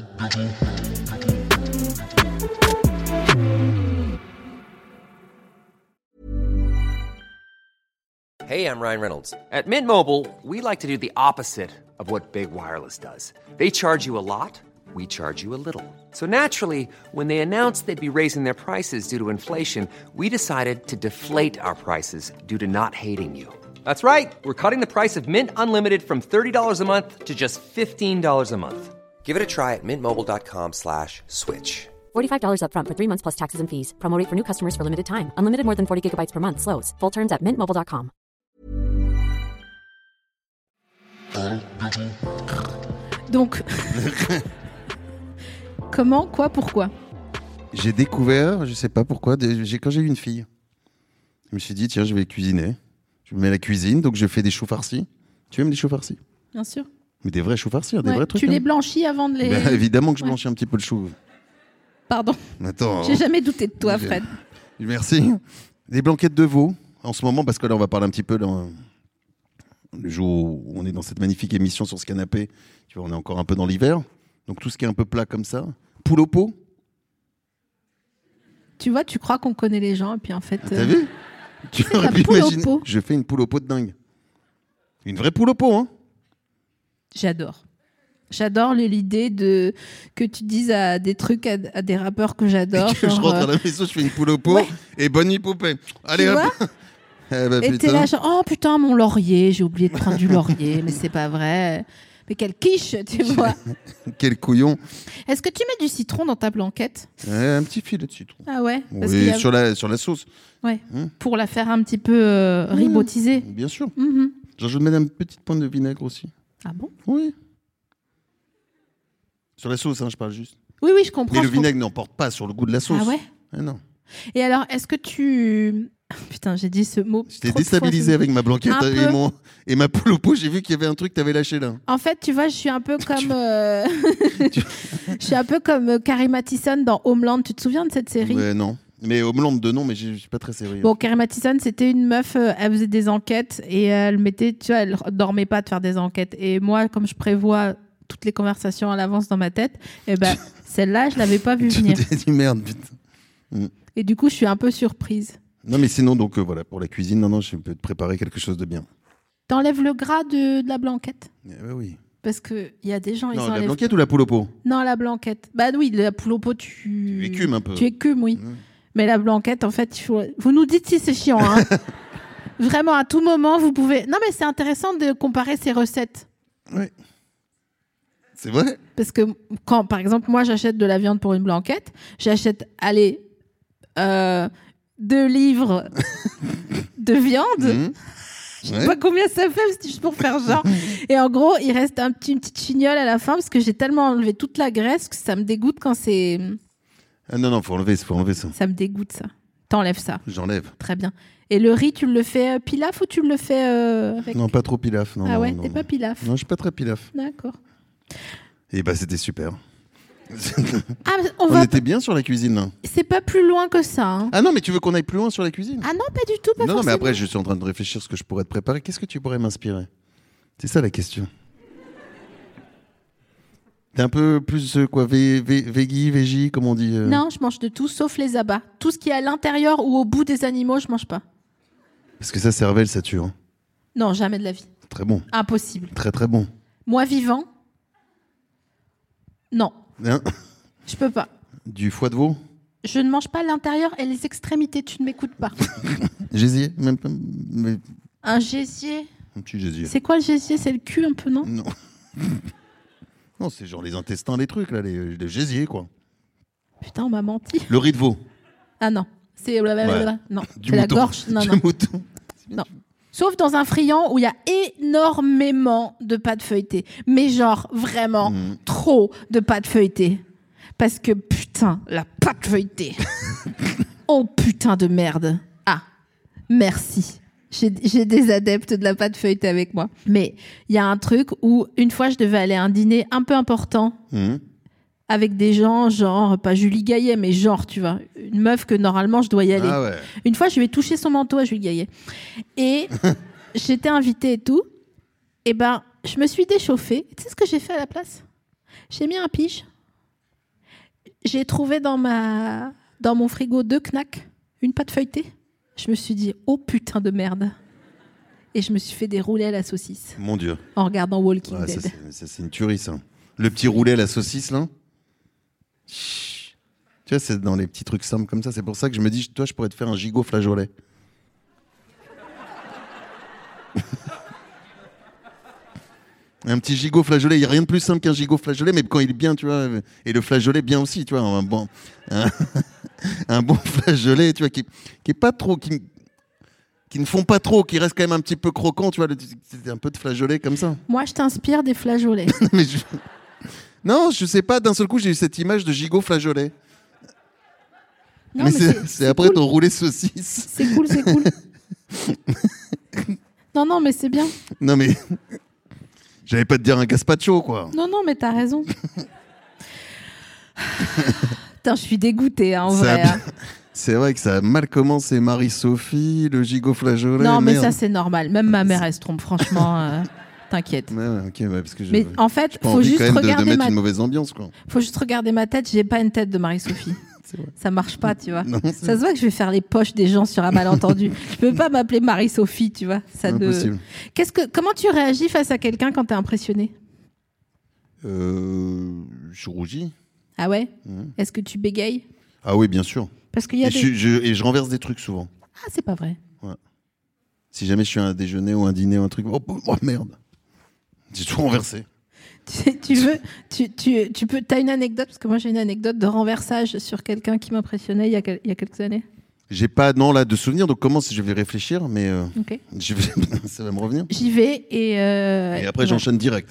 D: Hey, I'm Ryan Reynolds. At Mint Mobile, we like to do the opposite of what Big Wireless does. They charge you a lot, we charge you a little. So naturally, when they announced they'd be raising their prices due to inflation, we decided to deflate our prices due to not hating you. That's right. We're cutting the price of Mint Unlimited from $30 a month to just $15 a month. Give it a try at mintmobile.com slash switch.
E: $45 upfront for three months plus taxes and fees. Promo rate for new customers for limited time. Unlimited more than 40 gigabytes per month. Slows. Full terms at mintmobile.com.
B: <laughs> Donc, comment, quoi, pourquoi
C: J'ai découvert, je sais pas pourquoi, des- j'ai- quand j'ai eu une fille, je me suis dit, tiens, je vais cuisiner. Je mets la cuisine, donc je fais des choux farcis. Tu aimes les choux farcis
B: Bien sûr.
C: Mais des vrais choux farcis, hein, des
B: Ouais.
C: vrais trucs.
B: Tu
C: hein.
B: les blanchis avant de les.
C: Bah, Évidemment que je
B: Ouais.
C: blanchis un petit peu le chou.
B: Pardon,
C: Attends.
B: j'ai jamais douté de toi,
C: J'ai-
B: Fred.
C: Merci. Des blanquettes de veau en ce moment, parce que là, on va parler un petit peu dans le jour où on est dans cette magnifique émission sur ce canapé. Tu vois, on est encore un peu dans l'hiver. Donc tout ce qui est un peu plat comme ça. Poule au pot,
B: Tu vois, tu crois qu'on connaît les gens, et puis en fait.
C: Ah, t'as
B: euh,
C: vu Tu
B: la poule au pot.
C: Je fais une poule au pot de dingue. Une vraie poule au pot, hein
B: euh, J'adore. J'adore l'idée de que tu dises à des trucs à, à des rappeurs que j'adore.
C: <laughs> Et que je
B: genre,
C: rentre
B: euh,
C: à la maison, je fais une poule au pot
B: Ouais.
C: et bonne nuit poupée. Allez
B: Tu
C: hop
B: vois
C: <laughs> Eh ben,
B: et t'es
C: putain.
B: là, genre, oh putain, mon laurier, j'ai oublié de prendre du laurier, mais c'est pas vrai. Mais quelle quiche,
C: <laughs>
B: tu vois.
C: Quel couillon
B: Est-ce que tu mets du citron dans ta blanquette
C: Ouais, Un petit filet de citron.
B: Ah ouais Parce qu'il
C: Oui,
B: y a-
C: sur, la, sur la sauce,
B: ouais,
C: Hmm.
B: Pour la faire un petit peu euh, ribotiser.
C: bien sûr.
B: Mhm.
C: Genre, je vais mettre une petite pointe de vinaigre aussi.
B: Ah bon
C: Oui. Sur la sauce, hein, je parle juste.
B: Oui, oui, je comprends.
C: Mais le
B: je comprends.
C: vinaigre n'emporte pas sur le goût de la sauce.
B: Ah ouais
C: Eh non.
B: Et alors, est-ce que tu. <laughs> Putain, j'ai dit ce mot.
C: J'étais
B: trop de fois,
C: déstabilisé
B: ce
C: avec ma blanquette
B: Un
C: et,
B: peu.
C: mon- et ma poule au pot. J'ai vu qu'il y avait un truc que t'avais lâché là.
B: mot. En fait, tu vois, je suis un
C: <laughs>
B: peu comme. euh, <laughs> je suis un peu comme euh, Carrie Mathison dans Homeland. Tu te souviens de cette série
C: Ouais, non. Mais Homeland de non, mais je je suis pas très sérieux. <laughs>
B: Bon, Carrie Mathison, c'était une meuf, euh, elle faisait des enquêtes et elle mettait, tu vois, elle dormait pas de faire des enquêtes. Et moi, comme je prévois toutes les conversations à l'avance dans ma tête, eh ben, <laughs> celle-là, je l'avais pas vue
C: tu
B: venir.
C: t'es dit merde, putain.
B: Et du coup, je suis un peu surprise.
C: Non, mais sinon, donc euh, voilà, pour la cuisine, non, non, je peux te préparer quelque chose de bien.
B: T'enlèves le gras de, de la blanquette
C: Eh ben oui.
B: Parce qu'il y a des gens, Ah, ils
C: Non, la
B: enlèvent
C: blanquette ou la poule au pot
B: Non, la blanquette. Bah oui, la poule au pot, tu.
C: Tu écumes un peu.
B: Tu écumes, oui. Mais la blanquette, en fait, il faut- vous nous dites si c'est chiant.
C: <laughs>
B: hein. Vraiment, à tout moment, vous pouvez. Non, mais c'est intéressant de comparer ces recettes.
C: Ouais. C'est vrai
B: Parce que quand, par exemple, moi, j'achète de la viande pour une blanquette, j'achète, allez, euh, deux
C: <laughs>
B: livres de viande.
C: Mhm.
B: Je
C: Ouais.
B: sais pas combien ça fait, mais c'est juste pour faire genre. Et en gros, il reste un petit, une petite chignole à la fin parce que j'ai tellement enlevé toute la graisse que ça me dégoûte quand c'est.
C: Ah non, non, faut enlever, faut enlever ça.
B: Ça me dégoûte, ça. T'enlèves ça.
C: J'enlève.
B: Très bien. Et le riz, tu le fais euh, pilaf ou tu le fais. euh, avec-
C: Non, pas trop pilaf. Non,
B: ah
C: non,
B: ouais,
C: non,
B: t'es
C: non.
B: pas pilaf.
C: Non, je suis pas très pilaf.
B: D'accord.
C: Et bah, c'était super.
B: Ah, on,
C: on
B: va.
C: était bien sur la cuisine. là.
B: C'est pas plus loin que ça. hein.
C: Ah non, mais tu veux qu'on aille plus loin sur la cuisine
B: Ah non, pas du tout, pas
C: Non, non, mais
B: forcément.
C: après, je suis en train de réfléchir ce que je pourrais te préparer. Qu'est-ce que tu pourrais m'inspirer C'est ça la question. T'es un peu plus euh, quoi, vé- vé- veggie, végie, comme on dit euh.
B: Non, je mange de tout sauf les abats. Tout ce qui est à l'intérieur ou au bout des animaux, je mange pas.
C: Parce que ça, cervelle, ça tue. hein.
B: Non, jamais de la vie.
C: C'est Très bon.
B: Impossible.
C: Très, très bon.
B: Moi vivant Non,
C: Hein
B: je peux pas.
C: du foie de veau
B: Je ne mange pas l'intérieur et les extrémités, tu ne m'écoutes
C: <laughs>
B: pas.
C: Gésier même, pas- mais-
B: Un gésier
C: Un petit gésier.
B: C'est quoi le gésier C'est le cul un peu, non
C: Non. <laughs> non, c'est genre les intestins, les trucs, là, les, les gésiers, quoi.
B: Putain, on m'a menti.
C: Le riz de veau.
B: Ah non, c'est blablabla. non,
C: <laughs> Du
B: c'est la
C: mouton.
B: gorge. Non,
C: Du
B: non.
C: mouton.
B: Sauf dans un friand où il y a énormément de pâtes feuilletées. Mais genre, vraiment,
C: Mm.
B: trop de pâtes feuilletées. Parce que putain, la pâte
C: <laughs>
B: feuilletée. oh putain de merde. Ah, merci. J'ai j'ai des adeptes de la pâte feuilletée avec moi. Mais il y a un truc où une fois, je devais aller à un dîner un peu important
C: Mhm.
B: avec des gens, genre, pas Julie Gaillet, mais genre, tu vois, une meuf que normalement je dois y aller.
C: Ah ouais.
B: Une fois, je lui ai touché son manteau à Jules Gaillet.
C: <laughs>
B: Et j'étais invitée et tout. Et ben, je me suis déchauffée. Tu sais ce que j'ai fait à la place J'ai mis un pige. J'ai trouvé dans, ma... dans mon frigo deux knacks, une pâte feuilletée. Je me suis dit, oh putain de merde. Et je me suis fait des roulets à la saucisse
C: Mon Dieu.
B: en regardant Walking
C: Ouais, ça,
B: Dead.
C: c'est- ça, c'est une tuerie, ça. Le petit roulet à la saucisse, là. Chut. Tu vois, c'est dans les petits trucs simples comme ça. C'est pour ça que je me dis, toi, je pourrais te faire un gigot flageolet. <laughs> un petit gigot flageolet. Il n'y a rien de plus simple qu'un gigot flageolet, mais quand il est bien, tu vois. euh, Et le flageolet, bien aussi, tu vois. Un bon, un, <laughs> un bon flageolet, tu vois, qui, qui est pas trop. Qui, qui ne font pas trop, qui restent quand même un petit peu croquant, tu vois, le- c'est un peu de flageolet comme ça.
B: Moi, je t'inspire des
C: <laughs>
B: flageolets.
C: Mais je- Non, je sais pas, d'un seul coup, j'ai eu cette image de gigot flageolet.
B: Non, mais
C: mais c'est c'est après
B: cool.
C: ton roulé saucisse. <laughs>
B: C'est cool, c'est cool. non, non, mais c'est bien.
C: Non, mais. J'allais pas te dire un gazpacho, quoi.
B: Non, non, mais t'as raison. Putain, je suis dégoûtée, hein, en
C: Ça a
B: vrai.
C: bien-
B: hein.
C: <laughs> C'est vrai que ça a mal commencé, Marie-Sophie, le gigot flageolet.
B: Non, mais
C: merde.
B: ça, c'est normal. Même
C: <laughs>
B: ma mère, elle se trompe, franchement. euh, T'inquiète.
C: Ouais, ouais, ok, ouais, parce que je-
B: Mais en fait,
C: j'ai pas
B: faut
C: envie
B: juste,
C: quand même de- de,
B: regarder
C: mettre
B: ma...
C: une mauvaise ambiance, quoi.
B: faut juste regarder ma tête. J'ai pas une tête de Marie-Sophie.
C: <laughs> C'est vrai.
B: Ça marche pas, tu vois.
C: Non, c'est
B: ça se voit que je vais faire les poches des gens sur un malentendu.
C: <laughs>
B: je peux pas m'appeler Marie-Sophie, tu vois. Ça ne-
C: Impossible.
B: Qu'est-ce que... Comment tu réagis face à quelqu'un quand t'es impressionné
C: Euh, je rougis.
B: Ah ouais Est-ce que tu bégayes
C: Ah oui, bien sûr.
B: Parce qu'il y a
C: Et
B: des...
C: je, je- et je renverse des trucs souvent.
B: Ah, c'est pas vrai.
C: Si jamais je suis à un déjeuner ou un dîner ou un truc, oh, oh, merde. J'ai tout renversé.
B: Tu sais, tu veux, tu, tu, tu peux, t'as une anecdote parce que moi j'ai une anecdote de renversage sur quelqu'un qui m'impressionnait il y, a quel- il y a quelques années.
C: J'ai pas non là de souvenirs, donc comment je vais réfléchir, mais euh, <laughs>
B: Ok.
C: je vais- ça va me revenir.
B: J'y vais et. euh,
C: Et après
B: ouais.
C: j'enchaîne direct.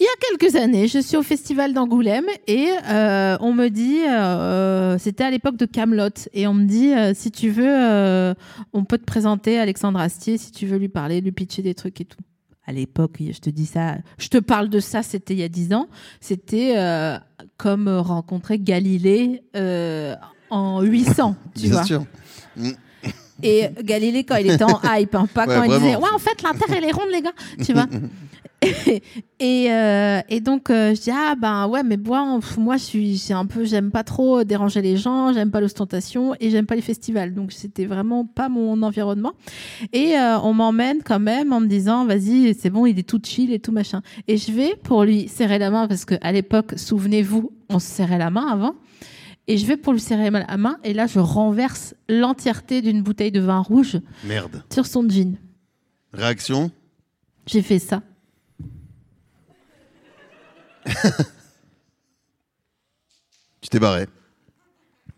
B: Il y a quelques années, je suis au festival d'Angoulême et euh, on me dit, euh, c'était à l'époque de Camelot, et on me dit, euh, si tu veux, euh, on peut te présenter Alexandre Astier, si tu veux lui parler, lui pitcher des trucs et tout. À l'époque, je te dis ça, je te parle de ça, c'était il y a dix ans, c'était euh, comme rencontrer Galilée euh, en 800, tu
C: bien
B: vois.
C: sûr.
B: Et Galilée, quand il était
C: <laughs>
B: en hype, hein, pas
C: Ouais,
B: quand il
C: vraiment.
B: disait Ouais, en fait, la Terre, elle est ronde, les gars, tu
C: <laughs>
B: vois. et, et, euh, et donc, euh, je dis Ah, ben ouais, mais moi, pff, moi je suis j'ai un peu, j'aime pas trop déranger les gens, j'aime pas l'ostentation et j'aime pas les festivals. Donc, c'était vraiment pas mon environnement. Et euh, on m'emmène quand même en me disant Vas-y, c'est bon, il est tout chill et tout machin. Et je vais pour lui serrer la main parce qu'à l'époque, souvenez-vous, on se serrait la main avant. Et je vais pour lui serrer la main, et là, je renverse l'entièreté d'une bouteille de vin rouge
C: Merde.
B: sur son jean.
C: Réaction
B: J'ai fait ça.
C: Tu t'es barré.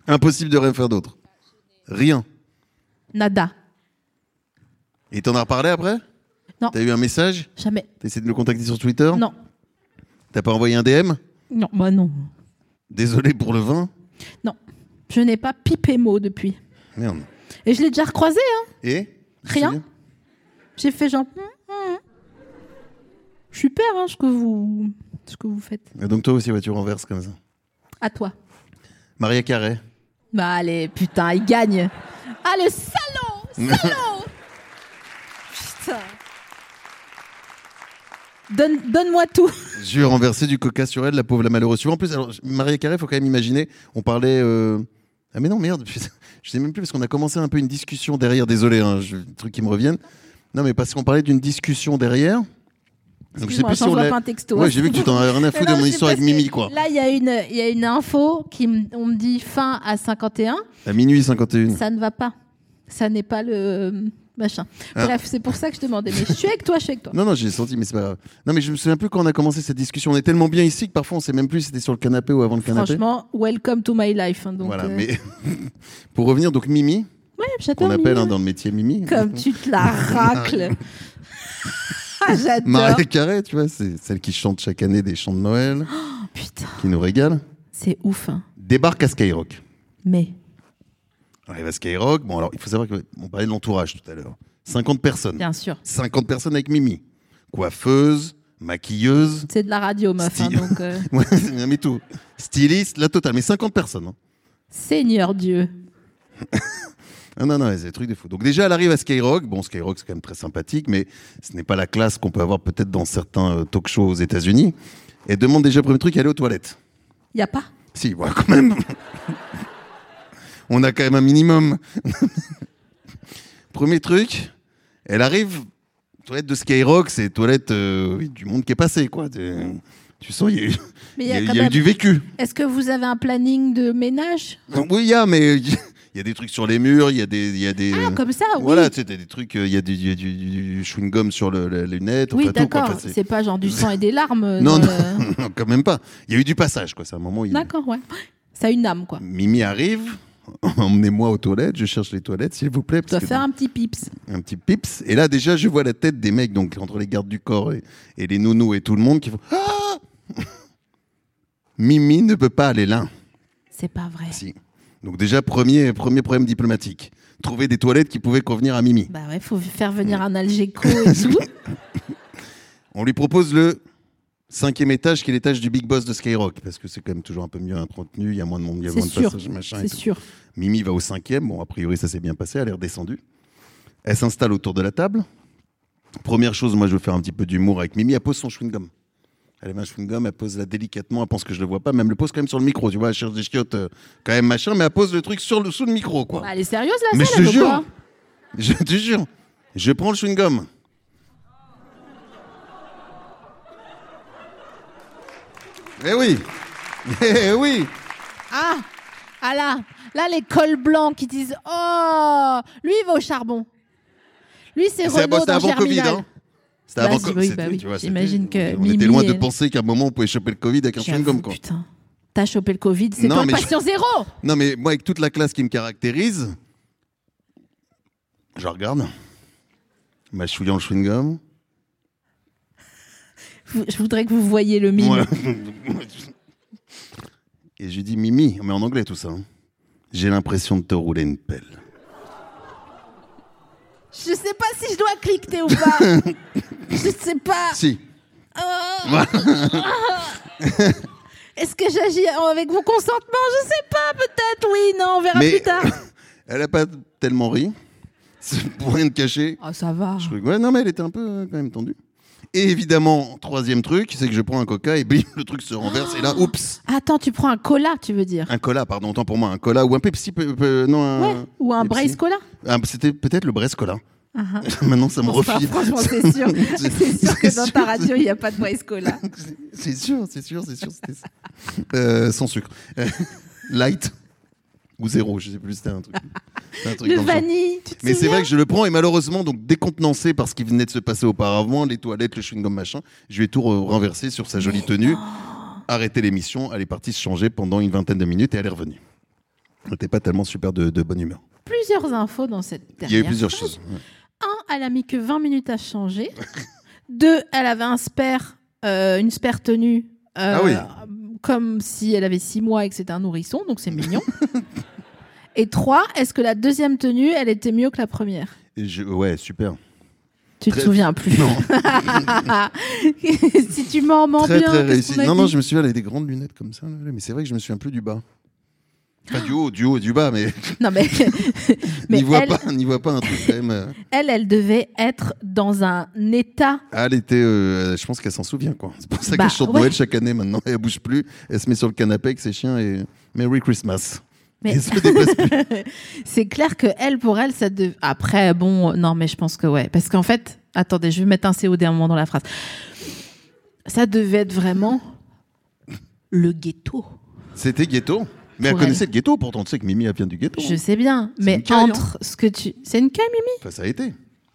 C: Impossible de rien faire d'autre. Rien.
B: Nada.
C: Et t'en as reparlé après
B: Non.
C: T'as eu un message
B: Jamais.
C: T'as essayé de le contacter sur Twitter
B: Non.
C: T'as pas envoyé un DM
B: Non, moi non.
C: Désolé pour le vin
B: Non. Je n'ai pas pipé mot depuis.
C: Merde.
B: Et je l'ai déjà recroisé, hein.
C: Et
B: Rien.
C: Tu te souviens
B: J'ai fait genre. hum, hum. Super, hein, ce que vous, ce que vous faites.
C: Et Donc toi aussi, ouais, tu renverses comme ça.
B: À toi.
C: Maria Carré.
B: Bah allez, putain, il gagne. Ah le salaud, <laughs> salaud. putain. Donne, donne-moi tout.
C: J'ai renversé du coca sur elle, la pauvre, la malheureuse. Tu vois, en plus, alors, Maria Carré, faut quand même imaginer, on parlait. euh, Ah, mais non, merde, <laughs> putain, je sais même plus, parce qu'on a commencé un peu une discussion derrière. Désolé, hein, je- truc qui me reviennent. Non, mais parce qu'on parlait d'une discussion derrière. Donc,
B: Excuse-moi, j'envoie
C: l'a-
B: pas un texto. hein.
C: Ouais, j'ai vu que tu t'en as
B: <laughs>
C: rien à foutre
B: Non,
C: de mon
B: c'est
C: histoire avec
B: parce que
C: Mimi, quoi.
B: Là, il y a une, il y a une info qui me- on me dit fin à 51,
C: À minuit 51.
B: ça ne va pas. Ça n'est pas le euh, machin.
C: Ah.
B: Bref, c'est pour ça que je demandais. Mais je suis avec toi, je suis avec toi.
C: Non, non, j'ai senti, mais c'est pas grave. Non, mais je me souviens plus quand on a commencé cette discussion. On est tellement bien ici que parfois on sait même plus si c'était sur le canapé ou avant le canapé.
B: Franchement, welcome to my life. hein, donc,
C: voilà,
B: euh,
C: mais <laughs> pour revenir, donc Mimi,
B: ouais, j'adore
C: qu'on appelle
B: Mimi,
C: hein,
B: ouais.
C: dans le métier Mimi.
B: Comme tu te
C: <laughs>
B: la racles. <laughs> Ah, J'adore.
C: Maria Carré, tu vois, c'est celle qui chante chaque année des chants de Noël,
B: Putain,
C: qui nous régale,
B: c'est ouf. hein.
C: débarque à Skyrock.
B: Mais
C: On arrive à Skyrock, bon alors il faut savoir qu'on parlait de l'entourage tout à l'heure. 50 personnes.
B: bien sûr,
C: 50 personnes avec Mimi. Coiffeuse, maquilleuse, <laughs>
B: c'est de la radio, meuf. hein,
C: Style.
B: donc, euh,
C: ouais, mais tout. Styliste, la totale, mais 50 personnes. hein.
B: Seigneur Dieu.
C: Ah non, non, ouais, c'est des trucs de fou. Donc déjà, elle arrive à Skyrock. Bon, Skyrock, c'est quand même très sympathique, mais ce n'est pas la classe qu'on peut avoir peut-être dans certains euh, talk shows aux États-Unis. Elle demande déjà, premier truc, aller aux toilettes.
B: Y a pas.
C: Si, voilà, quand même. On a quand même un minimum. Premier truc, elle arrive, toilette de Skyrock, c'est toilette euh, oui, du monde qui est passé, quoi. Tu- Tu sens, il y a eu,
B: Mais il
C: il y
B: y a
C: a- il
B: quand
C: y a eu
B: même-
C: du vécu.
B: Est-ce que vous avez un planning de ménage
C: Oui, il y a, mais il y a des trucs sur les murs, il y a des. il Y a des
B: Ah,
C: euh,
B: comme ça, oui.
C: Voilà, tu sais, t'as des trucs, euh, il y a du, du- du- du chewing-gum sur le, la lunette.
B: oui,
C: enfin, tout, quoi.
B: d'accord.
C: Enfin, c'est-
B: c'est pas genre du sang et des larmes. euh,
C: <laughs> Non,
B: dans
C: non,
B: le-
C: non, quand même pas. Il y a eu du passage, quoi. C'est un moment où il...
B: D'accord, ouais. Ça a une âme, quoi.
C: Mimi arrive. <laughs> Emmenez-moi aux toilettes, je cherche les toilettes, s'il vous plaît.
B: Tu dois
C: parce que-
B: faire un petit pips.
C: un petit pips. Et là, déjà, je vois la tête des mecs, donc entre les gardes du corps et, et les nounous et tout le monde, qui font Ah Mimi ne peut pas aller là.
B: C'est pas vrai.
C: Si. Donc, déjà, premier, premier problème diplomatique. Trouver des toilettes qui pouvaient convenir à Mimi.
B: Bah ouais, faut faire
C: Mm.
B: venir un algéco
C: <laughs>
B: et tout.
C: On lui propose le cinquième étage, qui est l'étage du Big Boss de Skyrock, parce que c'est quand même toujours un peu mieux entretenu, il y a moins de monde, il y a
B: C'est
C: moins de
B: sûr.
C: passages, machin. et
B: C'est
C: tout.
B: sûr.
C: Mimi va au cinquième. Bon, a priori, ça s'est bien passé. Elle est redescendue. Elle s'installe autour de la table. Première chose, moi, je veux faire un petit peu d'humour avec Mimi. Elle pose son chewing-gum. Elle met un chewing-gum, elle pose là délicatement. Elle pense que je le vois pas, mais elle me le pose quand même sur le micro. Tu vois, elle cherche des chiottes euh, quand même, machin, mais elle pose le truc sur le, sous le micro, quoi.
B: Bah, elle est sérieuse, là,
C: mais
B: ça,
C: je
B: là,
C: te
B: ou
C: jure,
B: quoi
C: je te jure, je prends le chewing-gum. Eh oui, <laughs> eh oui.
B: Ah, ah là, là les cols blancs qui disent oh, lui il va au charbon. Lui c'est
C: C'est
B: Renaud
C: c'était
B: dans
C: avant
B: Germinal.
C: Covid, hein C'était
B: Bah,
C: avant
B: si,
C: Covid.
B: oui,
C: c'était-
B: bah oui.
C: tu vois, c'était-
B: J'imagine que
C: On était
B: Mimi
C: loin de
B: est-
C: penser qu'à un moment on pouvait choper le Covid avec un
B: J'avoue,
C: chewing-gum, quoi.
B: Putain, t'as chopé le Covid, c'est
C: Non,
B: ton
C: mais je-
B: patient zéro.
C: Non, mais moi, avec toute la classe qui me caractérise, je regarde, Bah, mâchouillant le chewing-gum.
B: Vous- Je voudrais que vous voyiez le mime.
C: Ouais. <laughs> Et je lui dis Mimi, mais en anglais tout ça. hein. J'ai l'impression de te rouler une pelle.
B: Je sais pas si je dois cliquer ou
C: <laughs>
B: pas. je sais pas. Oh.
C: Si. <laughs>
B: Est-ce que j'agis avec mon consentement Je sais pas, peut-être. Oui, non, on verra
C: Mais-
B: plus
C: <laughs>
B: tard.
C: Elle a pas tellement ri. <laughs> C'est pour rien de cacher.
B: Oh, ça va.
C: Je trouve que, ouais, non, mais elle était un peu euh, quand même tendue. Et évidemment, troisième truc, c'est que je prends un coca et bim, <laughs> le truc se renverse.
B: Ah.
C: Et là, oups,
B: Attends, tu prends un cola, tu veux dire
C: un cola, pardon, autant pour moi, un cola ou un Pepsi, pe- pe- non, un.
B: Ouais, ou un
C: Pepsi.
B: braise cola.
C: Ah, C'était peut-être le Braise cola. <laughs> Maintenant, ça me
B: Enfin,
C: refile.
B: Uh-huh. franchement,
C: <laughs>
B: c'est sûr. C'est sûr que dans ta radio, il n'y a pas de braise cola.
C: C'est sûr, c'est sûr, c'est sûr. c'était ça. Euh, sans sucre. Euh, <laughs> light ou zéro, je sais plus, c'était
B: <laughs>
C: un truc. c'était un truc
B: Le
C: dans genre.
B: vanille. tu te
C: Mais c'est
B: souviens
C: vrai que je le prends et malheureusement, donc décontenancé par ce qui venait de se passer auparavant, les toilettes, le chewing-gum, machin, je lui ai tout re- renversé sur sa jolie tenue. arrêté l'émission, elle est partie se changer pendant une vingtaine de minutes et elle est revenue. Elle n'était pas tellement super de, de bonne humeur.
B: Plusieurs infos dans cette dernière.
C: Il y a eu plusieurs
B: phrase.
C: choses. Ouais.
B: Un, elle a mis que 20 minutes à changer. Deux, elle avait un spare, euh, une spare tenue. euh,
C: Ah oui.
B: Comme si elle avait six mois et que c'était un nourrisson, donc c'est mignon. et trois, est-ce que la deuxième tenue, elle était mieux que la première
C: Et je- ouais, super.
B: Tu
C: Très-
B: te souviens plus.
C: Non,
B: <laughs> si tu m'en mens
C: très
B: Oh bien.
C: très
B: qu'est-ce
C: réussi.
B: qu'on a
C: Non, non,
B: dit
C: je me souviens, elle avait des grandes lunettes comme ça, là, là, mais c'est vrai que je me souviens plus du bas. Enfin, du haut, du haut, et du bas, mais,
B: Non, mais, <laughs> mais
C: <laughs> n'y voit,
B: elle,
C: pas- n'y voit pas un truc quand même. euh.
B: elle, elle devait être dans un état.
C: Ah, Elle était, euh, je pense qu'elle s'en souvient quoi. C'est pour ça
B: Bah,
C: qu'elle chante
B: ouais.
C: Noël chaque année maintenant. Elle bouge plus, elle se met sur le canapé avec ses chiens et Merry Christmas.
B: Mais-
C: Elle se
B: <laughs>
C: déplace plus.
B: C'est clair que elle, pour elle, ça dev... Après, bon, euh, non, mais je pense que ouais. Parce qu'en fait, attendez, je vais mettre un COD un moment dans la phrase. Ça devait être vraiment le ghetto.
C: C'était ghetto. Mais elle
B: Pour
C: connaissait
B: elle.
C: le ghetto pourtant. Tu sais que Mimi elle vient du ghetto. hein.
B: Je sais bien, mais
C: Oh. une caille, hein.
B: entre ce que tu. C'est une caille, Mimi
C: Enfin, ça a été.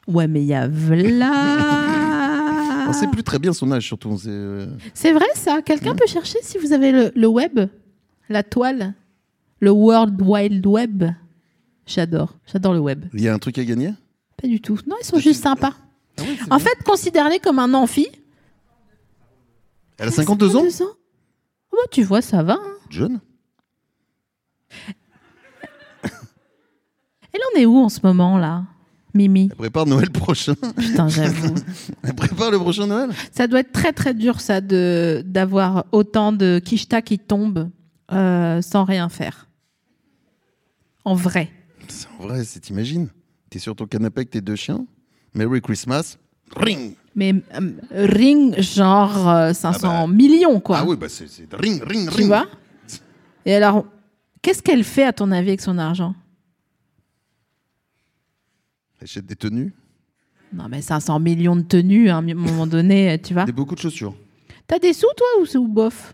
B: Ouais, mais il y a Vla.
C: <laughs>
B: Ah.
C: On sait plus très bien son âge surtout. on sait, euh,
B: C'est vrai ça Quelqu'un peut chercher si vous avez le, le web, la toile, le World Wide Web J'adore, j'adore le web.
C: Il y a un truc à gagner
B: Pas du tout. Non, ils sont juste sympas. en fait, considère-les comme un amphi.
C: Elle a 52 ans
B: Oh, bah, tu vois, ça va. hein.
C: Jeune
B: Elle en est où en ce moment là Mimi,
C: Elle prépare Noël prochain. <laughs>
B: putain, j'avoue.
C: Elle prépare le prochain Noël
B: ça doit être très très dur ça de d'avoir autant de quicheta qui tombent euh, sans rien faire. En vrai.
C: C'est en vrai, c'est t'imagines T'es sur ton canapé avec tes deux chiens Merry Christmas Ring
B: Mais euh, ring genre euh, 500
C: Ah bah.
B: millions quoi.
C: Ah oui, bah c'est c'est ring, ring, ring
B: Tu vois Et alors, qu'est-ce qu'elle fait à ton avis avec son argent
C: Elle achète des tenues,
B: Non, mais 500 millions de tenues hein, à un moment donné, tu vois.
C: des beaucoup de chaussures.
B: T'as des sous, toi, ou c'est ou bof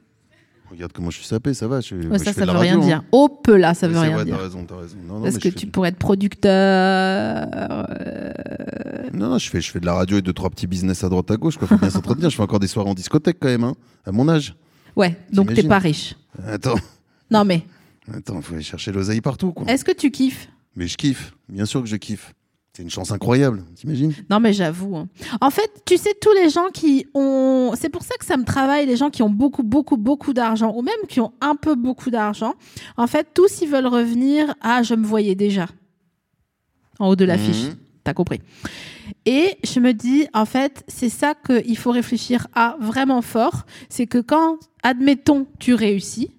C: Regarde comment je suis sapé, ça va. Je,
B: Ouais,
C: moi, je
B: Ça,
C: fais
B: ça
C: de la
B: veut rien
C: radio,
B: dire.
C: hein.
B: Oh, peu là, ça veut
C: Ouais, c'est
B: rien
C: vrai,
B: dire.
C: T'as raison, t'as raison. Non, non,
B: Parce
C: mais
B: que
C: je fais
B: tu
C: de-
B: pourrais être euh, producteur.
C: Non, non, je fais, je fais de la radio et deux, trois petits business à droite à gauche. Quoi. Faut bien <laughs> s'entretenir. Je fais encore des soirées en discothèque quand même, hein, à mon âge.
B: Ouais, donc t'es
C: T'imagines
B: pas riche.
C: Attends,
B: Non, mais
C: attends, faut aller chercher l'oseille partout, quoi.
B: est-ce que tu kiffes
C: Mais je kiffe, bien sûr que je kiffe. C'est une chance incroyable, t'imagines
B: Non, mais j'avoue. hein. En fait, tu sais, tous les gens qui ont. C'est pour ça que ça me travaille, les gens qui ont beaucoup, beaucoup, beaucoup d'argent, ou même qui ont un peu beaucoup d'argent. En fait, tous, ils veulent revenir à je me voyais déjà. En haut de l'affiche.
C: Mhm.
B: T'as compris. Et je me dis, en fait, c'est ça qu'il faut réfléchir à vraiment fort. C'est que quand, admettons, tu réussis,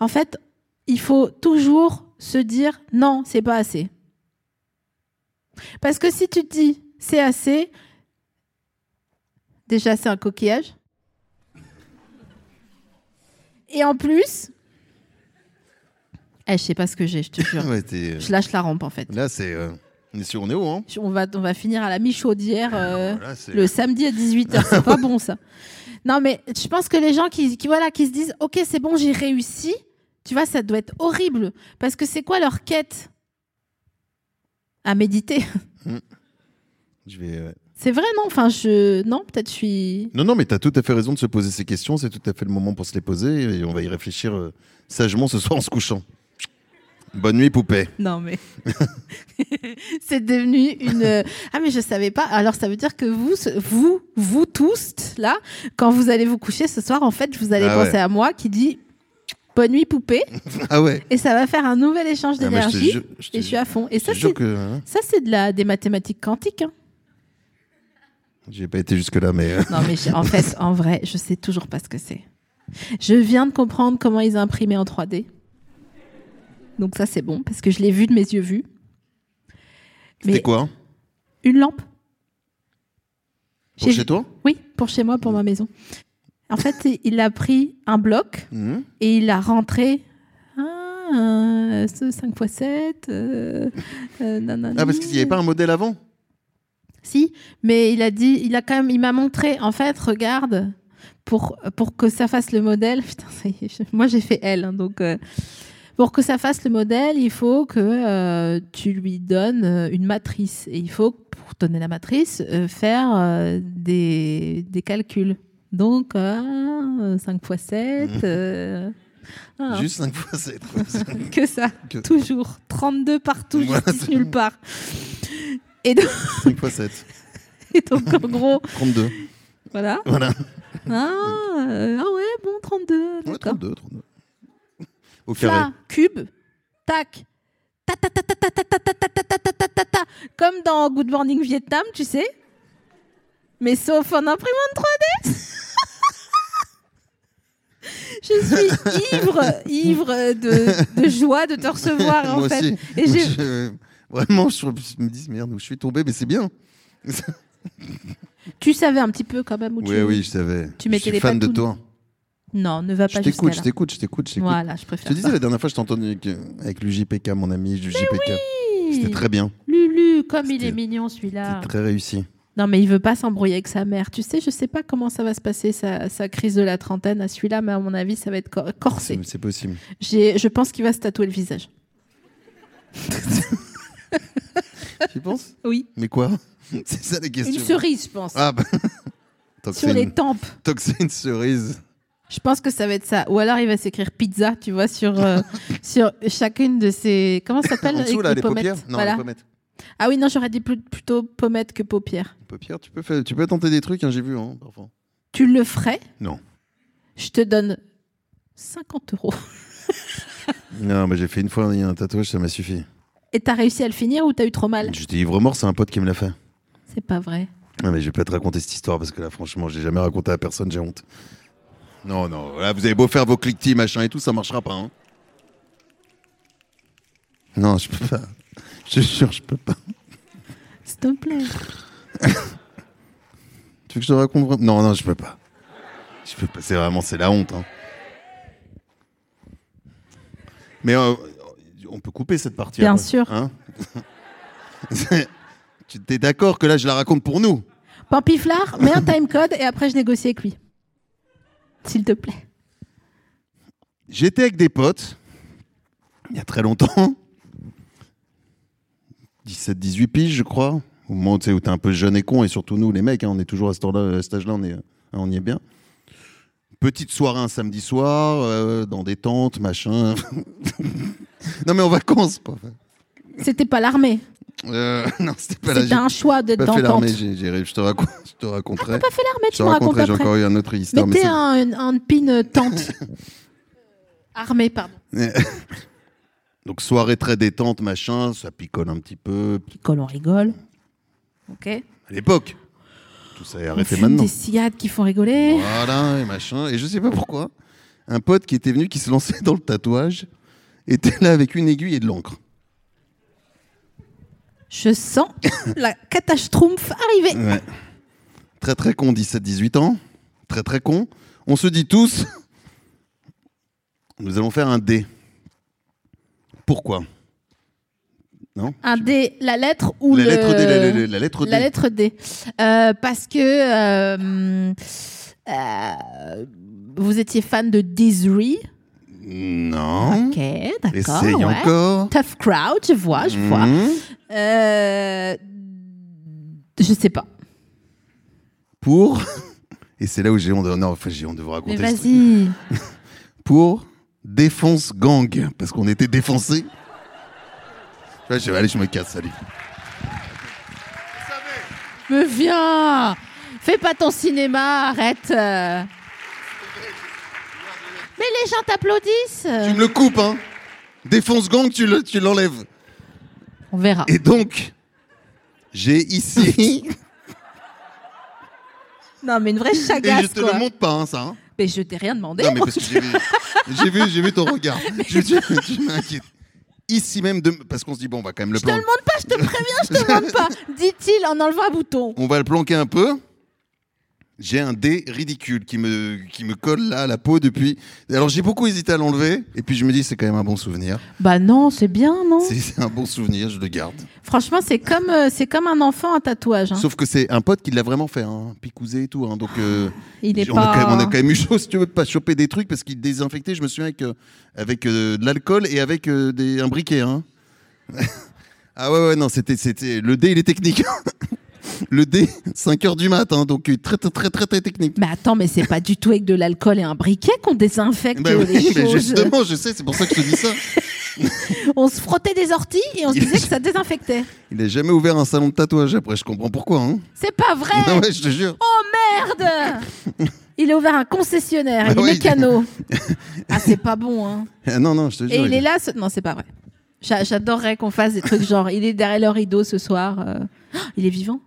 B: en fait, il faut toujours se dire non, c'est pas assez. Parce que si tu te dis c'est assez, déjà c'est un coquillage. Et en plus, eh, je sais pas ce que j'ai, je te jure.
C: <laughs> Ouais, t'es, euh,
B: Je lâche la rampe en fait.
C: Là, c'est. euh, On est sur, on est haut, hein
B: Je- On va, on va finir à la mi-chaudière euh,
C: Voilà, c'est-
B: le samedi à 18h.
C: <laughs>
B: C'est pas bon ça. Non mais je pense que les gens qui, qui, voilà, qui se disent ok c'est bon j'ai réussi, tu vois ça doit être horrible parce que c'est quoi leur quête à méditer
C: Je vais. euh,
B: C'est vrai non Enfin je non peut-être je suis
C: Non, non, mais t'as tout à fait raison de se poser ces questions. C'est tout à fait le moment pour se les poser et on va y réfléchir euh, sagement ce soir en se couchant. Bonne nuit, poupée.
B: non mais <laughs> c'est devenu une ah mais je savais pas alors ça veut dire que vous ce- vous vous tous là quand vous allez vous coucher ce soir en fait vous allez
C: Ah
B: penser
C: ouais.
B: à moi qui dit bonne nuit poupée
C: Ah ouais.
B: et ça va faire un nouvel échange
C: Ah, mais je te
B: d'énergie.
C: jure- je te
B: et je suis
C: jure-
B: à fond. Et
C: je
B: ça,
C: te jure
B: c'est
C: que hein,
B: ça, c'est de la des mathématiques quantiques. hein.
C: j'ai pas été jusque là,
B: <laughs>
C: mais euh,
B: Non, mais j'ai- en fait, en vrai, je sais toujours pas ce que c'est. Je viens de comprendre comment ils imprimaient en 3D. Donc ça, c'est bon parce que je l'ai vu de mes yeux vus.
C: c'était quoi hein
B: Une lampe.
C: Pour
B: J'ai
C: chez
B: vu-
C: toi
B: Oui, pour chez moi, pour ma maison. En fait, il a pris un bloc
C: Mhm.
B: et il a rentré. Ah, euh, ce 5 x 7. Euh, euh, nanani.
C: Ah, parce qu'il n'y avait pas un modèle avant
B: Si, mais il a dit, il a quand même, il m'a montré. En fait, regarde, pour pour que ça fasse le modèle. <laughs> Putain, ça y est, je- moi j'ai fait elle, hein, donc euh, pour que ça fasse le modèle, il faut que euh, tu lui donnes euh, une matrice et il faut pour donner la matrice euh, faire euh, des des calculs Donc, euh, 5 x 7.
C: Mmh.
B: Ah.
C: Juste 5 fois <laughs> 7.
B: euh, que ça.
C: Que-
B: Toujours. 32 partout,
C: Voilà,
B: justice
C: c'est-
B: nulle part. Et donc, <laughs>
C: 5 fois 7.
B: et donc, en gros,
C: 32.
B: voilà.
C: Voilà.
B: Ah, euh, ah ouais, bon, 32.
C: Ouais,
B: D'accord.
C: 32, 32. Au carré.
B: Ça, cube, tac. Ta ta ta ta ta ta ta ta ta ta ta ta ta ta. Comme dans Good Morning Vietnam, tu sais. Mais sauf en imprimante 3D. <laughs> Je suis ivre, ivre de, de joie de te recevoir en
C: Moi
B: fait.
C: aussi.
B: Et j'ai-
C: Je- Vraiment, je, je me dis, merde, où je suis tombé, mais c'est bien.
B: Tu savais un petit peu quand même où
C: Oui,
B: tu
C: oui, je savais.
B: tu mettais
C: je suis
B: les
C: fan de
B: patounes.
C: toi.
B: Non, ne va
C: Je
B: pas
C: t'écoute,
B: jusqu'à
C: je
B: là.
C: t'écoute, je t'écoute, je t'écoute.
B: Voilà, je
C: Je
B: préfère
C: te disais
B: ça.
C: la dernière fois, je t'ai entendu avec, euh, avec l'UJPK, mon ami, l'UJPK. C'était très bien,
B: Lulu, comme il
C: C'était-
B: est mignon celui-là.
C: c'était très réussi.
B: Non, mais il veut pas s'embrouiller avec sa mère. Tu sais, je sais pas comment ça va se passer, sa, sa crise de la trentaine à celui-là, mais à mon avis, ça va être cor- corsé.
C: C'est
B: <laughs>
C: c'est possible.
B: J'ai- Je pense qu'il va se tatouer le visage.
C: Tu penses
B: Oui.
C: Mais quoi <laughs> C'est ça la question.
B: Une cerise, je pense.
C: Ah bah. <laughs> Tant que
B: Sur
C: c'est
B: les
C: une-
B: tempes.
C: tant que c'est une cerise.
B: Je pense que ça va être ça. Ou alors il va s'écrire pizza, tu vois, sur,
C: <laughs>
B: euh, sur chacune de ses. Comment ça s'appelle
C: En dessous,
B: avec
C: là,
B: les
C: les
B: pommettes
C: paupières Non,
B: Voilà.
C: les pommettes.
B: Ah oui, non, j'aurais dit plus- plutôt pommettes que paupières.
C: Les paupières, tu peux, faire- tu peux tenter des trucs, hein, j'ai vu, hein, parfois.
B: Tu le ferais
C: Non.
B: Je te donne 50 euros.
C: Non, mais j'ai fait une fois un tatouage, ça m'a suffi.
B: Et t'as réussi à le finir ou t'as eu trop mal
C: J'étais ivre mort, c'est un pote qui me l'a fait.
B: C'est pas vrai.
C: Non, mais je vais pas te raconter cette histoire parce que là, franchement, j'ai jamais raconté à personne, j'ai honte. Non, non, là, vous avez beau faire vos cliquetis, machin et tout, ça marchera pas. hein. Non, je peux pas. <laughs> Je te jure, je peux pas.
B: S'il te plaît.
C: Tu veux que je te raconte vraiment Non, non, je peux pas. Je peux pas. C'est vraiment, c'est la honte. hein. Mais euh, on peut couper cette partie.
B: Bien
C: après,
B: sûr.
C: hein <laughs> C'est- tu t'es d'accord que là, je la raconte pour nous
B: Pampiflard, mets un time code et après je négocie avec lui. S'il te plaît.
C: J'étais avec des potes, il y a très longtemps, 17, 18 piges, je crois, au moment tu sais, où t'es un peu jeune et con, et surtout nous, les mecs, hein, on est toujours à cet âge-là, à cet âge-là, on, est, hein, on y est bien. Petite soirée un samedi soir, euh, dans des tentes, machin. <laughs> non, mais en vacances, quoi.
B: C'était pas l'armée.
C: Euh, non, c'était pas là.
B: C'était
C: j'ai
B: un choix d'être
C: pas
B: dans
C: fait l'armée,
B: tente.
C: j'ai- j'ai- je te raconte, je te raconterai.
B: Pas fait l'armée,
C: Je
B: tu
C: te
B: me racontes
C: raconterai, j'ai
B: après.
C: encore eu un autre histoire. mais
B: Mettez
C: c'est-
B: un, un pin euh,
C: <laughs>
B: tente. Armée, pardon.
C: Donc soirée très détente, machin, ça picole un petit peu,
B: Picole, on rigole. Ok.
C: à l'époque. Tout ça est
B: On
C: arrêté
B: fume
C: maintenant.
B: des sciades qui font rigoler.
C: Voilà, et machin. Et je sais pas pourquoi, un pote qui était venu, qui se lançait <laughs> dans le tatouage, était là avec une aiguille et de l'encre.
B: Je
C: <laughs>
B: sens la catastrophe arriver.
C: Très très con, 17-18 ans. Très très con. On se dit tous, nous allons faire un dé. Pourquoi Non
B: Un D, la lettre ou
C: la,
B: le...
C: lettre D, la, la- la lettre D.
B: La lettre D. Euh, parce que euh, hum, euh, vous étiez fan de Disney.
C: Non.
B: Ok, d'accord.
C: Essaye
B: ouais.
C: encore.
B: Tough crowd, je vois, je vois.
C: Mhm.
B: Euh, je sais pas.
C: Pour. <laughs> Et c'est là où j'ai honte. de- Non, enfin, j'ai honte de vous
B: Mais
C: raconter. ce truc.
B: vas-y.
C: pour défonce gang parce qu'on était défoncés. Tu vois, je vais aller, je me casse, salut.
B: Mais viens Fais pas ton cinéma, arrête. euh. Mais les gens
C: Tu
B: t'applaudissent.
C: me le coupes, hein Défonce gang, tu le- tu l'enlèves.
B: On verra.
C: Et donc, j'ai ici,
B: <laughs> Non, mais une vraie
C: et je
B: chagasse,
C: te
B: quoi.
C: le montre pas, hein, ça. hein.
B: Mais je t'ai rien demandé.
C: non, mais
B: moi.
C: parce que j'ai vu, j'ai vu, j'ai vu ton
B: <laughs>
C: regard. Je, tu tu m'inquiètes. Ici même, de- parce qu'on se dit, bon, on va quand même le
B: Je te le
C: planquer.
B: demande pas, je te préviens, <laughs> je te demande pas. Dit-il en enlevant un bouton.
C: On va le planquer un peu. J'ai un dé ridicule qui me, qui me colle là à la peau depuis. Alors j'ai beaucoup hésité à l'enlever, et puis je me dis, c'est quand même un bon souvenir.
B: Bah non, c'est bien, non
C: C'est c'est un bon souvenir, je le garde.
B: Franchement, c'est comme, euh, c'est comme un enfant, un tatouage. hein.
C: Sauf que c'est un pote qui l'a vraiment fait, hein, picousé et tout. hein, donc, euh,
B: Il est
C: on, a
B: pas-
C: quand même, on a quand même eu chaud, <laughs> si tu veux, de pas choper des trucs parce qu'il désinfectait, je me souviens, avec, euh, avec euh, de l'alcool et avec euh, <laughs> des, un briquet. hein. ah ouais, ouais, non, c'était, c'était, le dé, il est technique. <laughs> Le dé, 5h du matin, donc euh, très, très, très, très, très technique.
B: Mais attends, mais c'est pas du tout avec de l'alcool et un briquet qu'on désinfecte
C: Bah
B: les
C: oui, mais
B: choses.
C: justement, je sais, c'est pour ça que je te dis ça.
B: On se frottait des orties et on se
C: Il-
B: disait que ça désinfectait.
C: Il n'a jamais ouvert un salon de tatouage, après, je comprends pourquoi. Hein.
B: C'est pas vrai
C: Ah <laughs> ouais, je te jure.
B: Oh merde Il a ouvert un concessionnaire, il est
C: Ah oui. <laughs>
B: mécano. ah, c'est pas bon, hein.
C: Ah non, non, je te jure.
B: Et il
C: il-
B: est là, ce- non, c'est pas vrai. J'a- J'adorerais qu'on fasse des trucs genre, il est derrière le rideau ce soir. euh, oh, il est vivant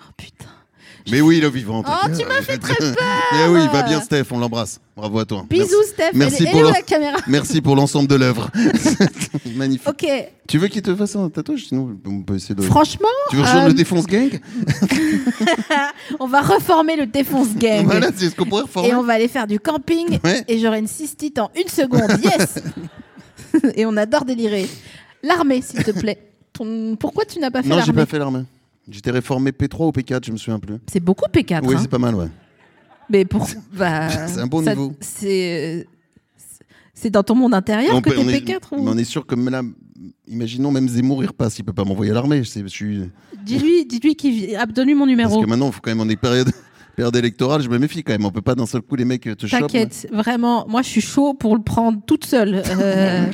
B: Oh putain.
C: Mais oui, il est vivant.
B: Oh,
C: t'inquiète.
B: tu m'as fait
C: <laughs>
B: très peur
C: Mais oui, il va bien, Steph, on l'embrasse. Bravo à toi.
B: Bisous,
C: Merci-
B: Steph.
C: Merci
B: elle est, elle
C: pour
B: est où
C: l'en-
B: <laughs> la caméra
C: Merci pour l'ensemble de l'œuvre. <laughs> Magnifique.
B: Ok.
C: Tu veux qu'il te fasse un tatouage Sinon, on peut essayer de.
B: Franchement,
C: tu veux rejoindre
B: euh,
C: le Défonce Gang
B: on va reformer le Défonce Gang.
C: Voilà, c'est ce qu'on pourrait reformer.
B: Et on va aller faire du camping
C: Ouais.
B: et j'aurai une cystite en une seconde.
C: <laughs>
B: Yes Et on adore délirer. L'armée, s'il te plaît. Ton- Pourquoi tu n'as pas fait
C: Non, j'ai
B: l'armée
C: pas fait l'armée. J'étais réformé P3 ou P4, je me souviens plus.
B: C'est beaucoup P4.
C: Oui,
B: hein.
C: c'est pas mal, ouais.
B: Mais pour. bah,
C: <laughs> C'est un bon
B: ça-
C: niveau.
B: C'est. euh, c'est dans ton monde intérieur que
C: peut-
B: t'es
C: est,
B: P4 ou-
C: mais on est sûr que là, imaginons même Zemmour, il repasse, il peut pas m'envoyer à l'armée. Je sais- je suis...
B: Dis-lui, dis-lui qu'il ah, donne-lui mon
C: Parce
B: numéro.
C: que maintenant, faut quand même, on est période, <laughs> période électorale, je me méfie quand même. On peut pas d'un seul coup, les mecs te chopent.
B: T'inquiète, vraiment, moi je suis chaud pour le prendre toute
C: <laughs>
B: seule. Euh,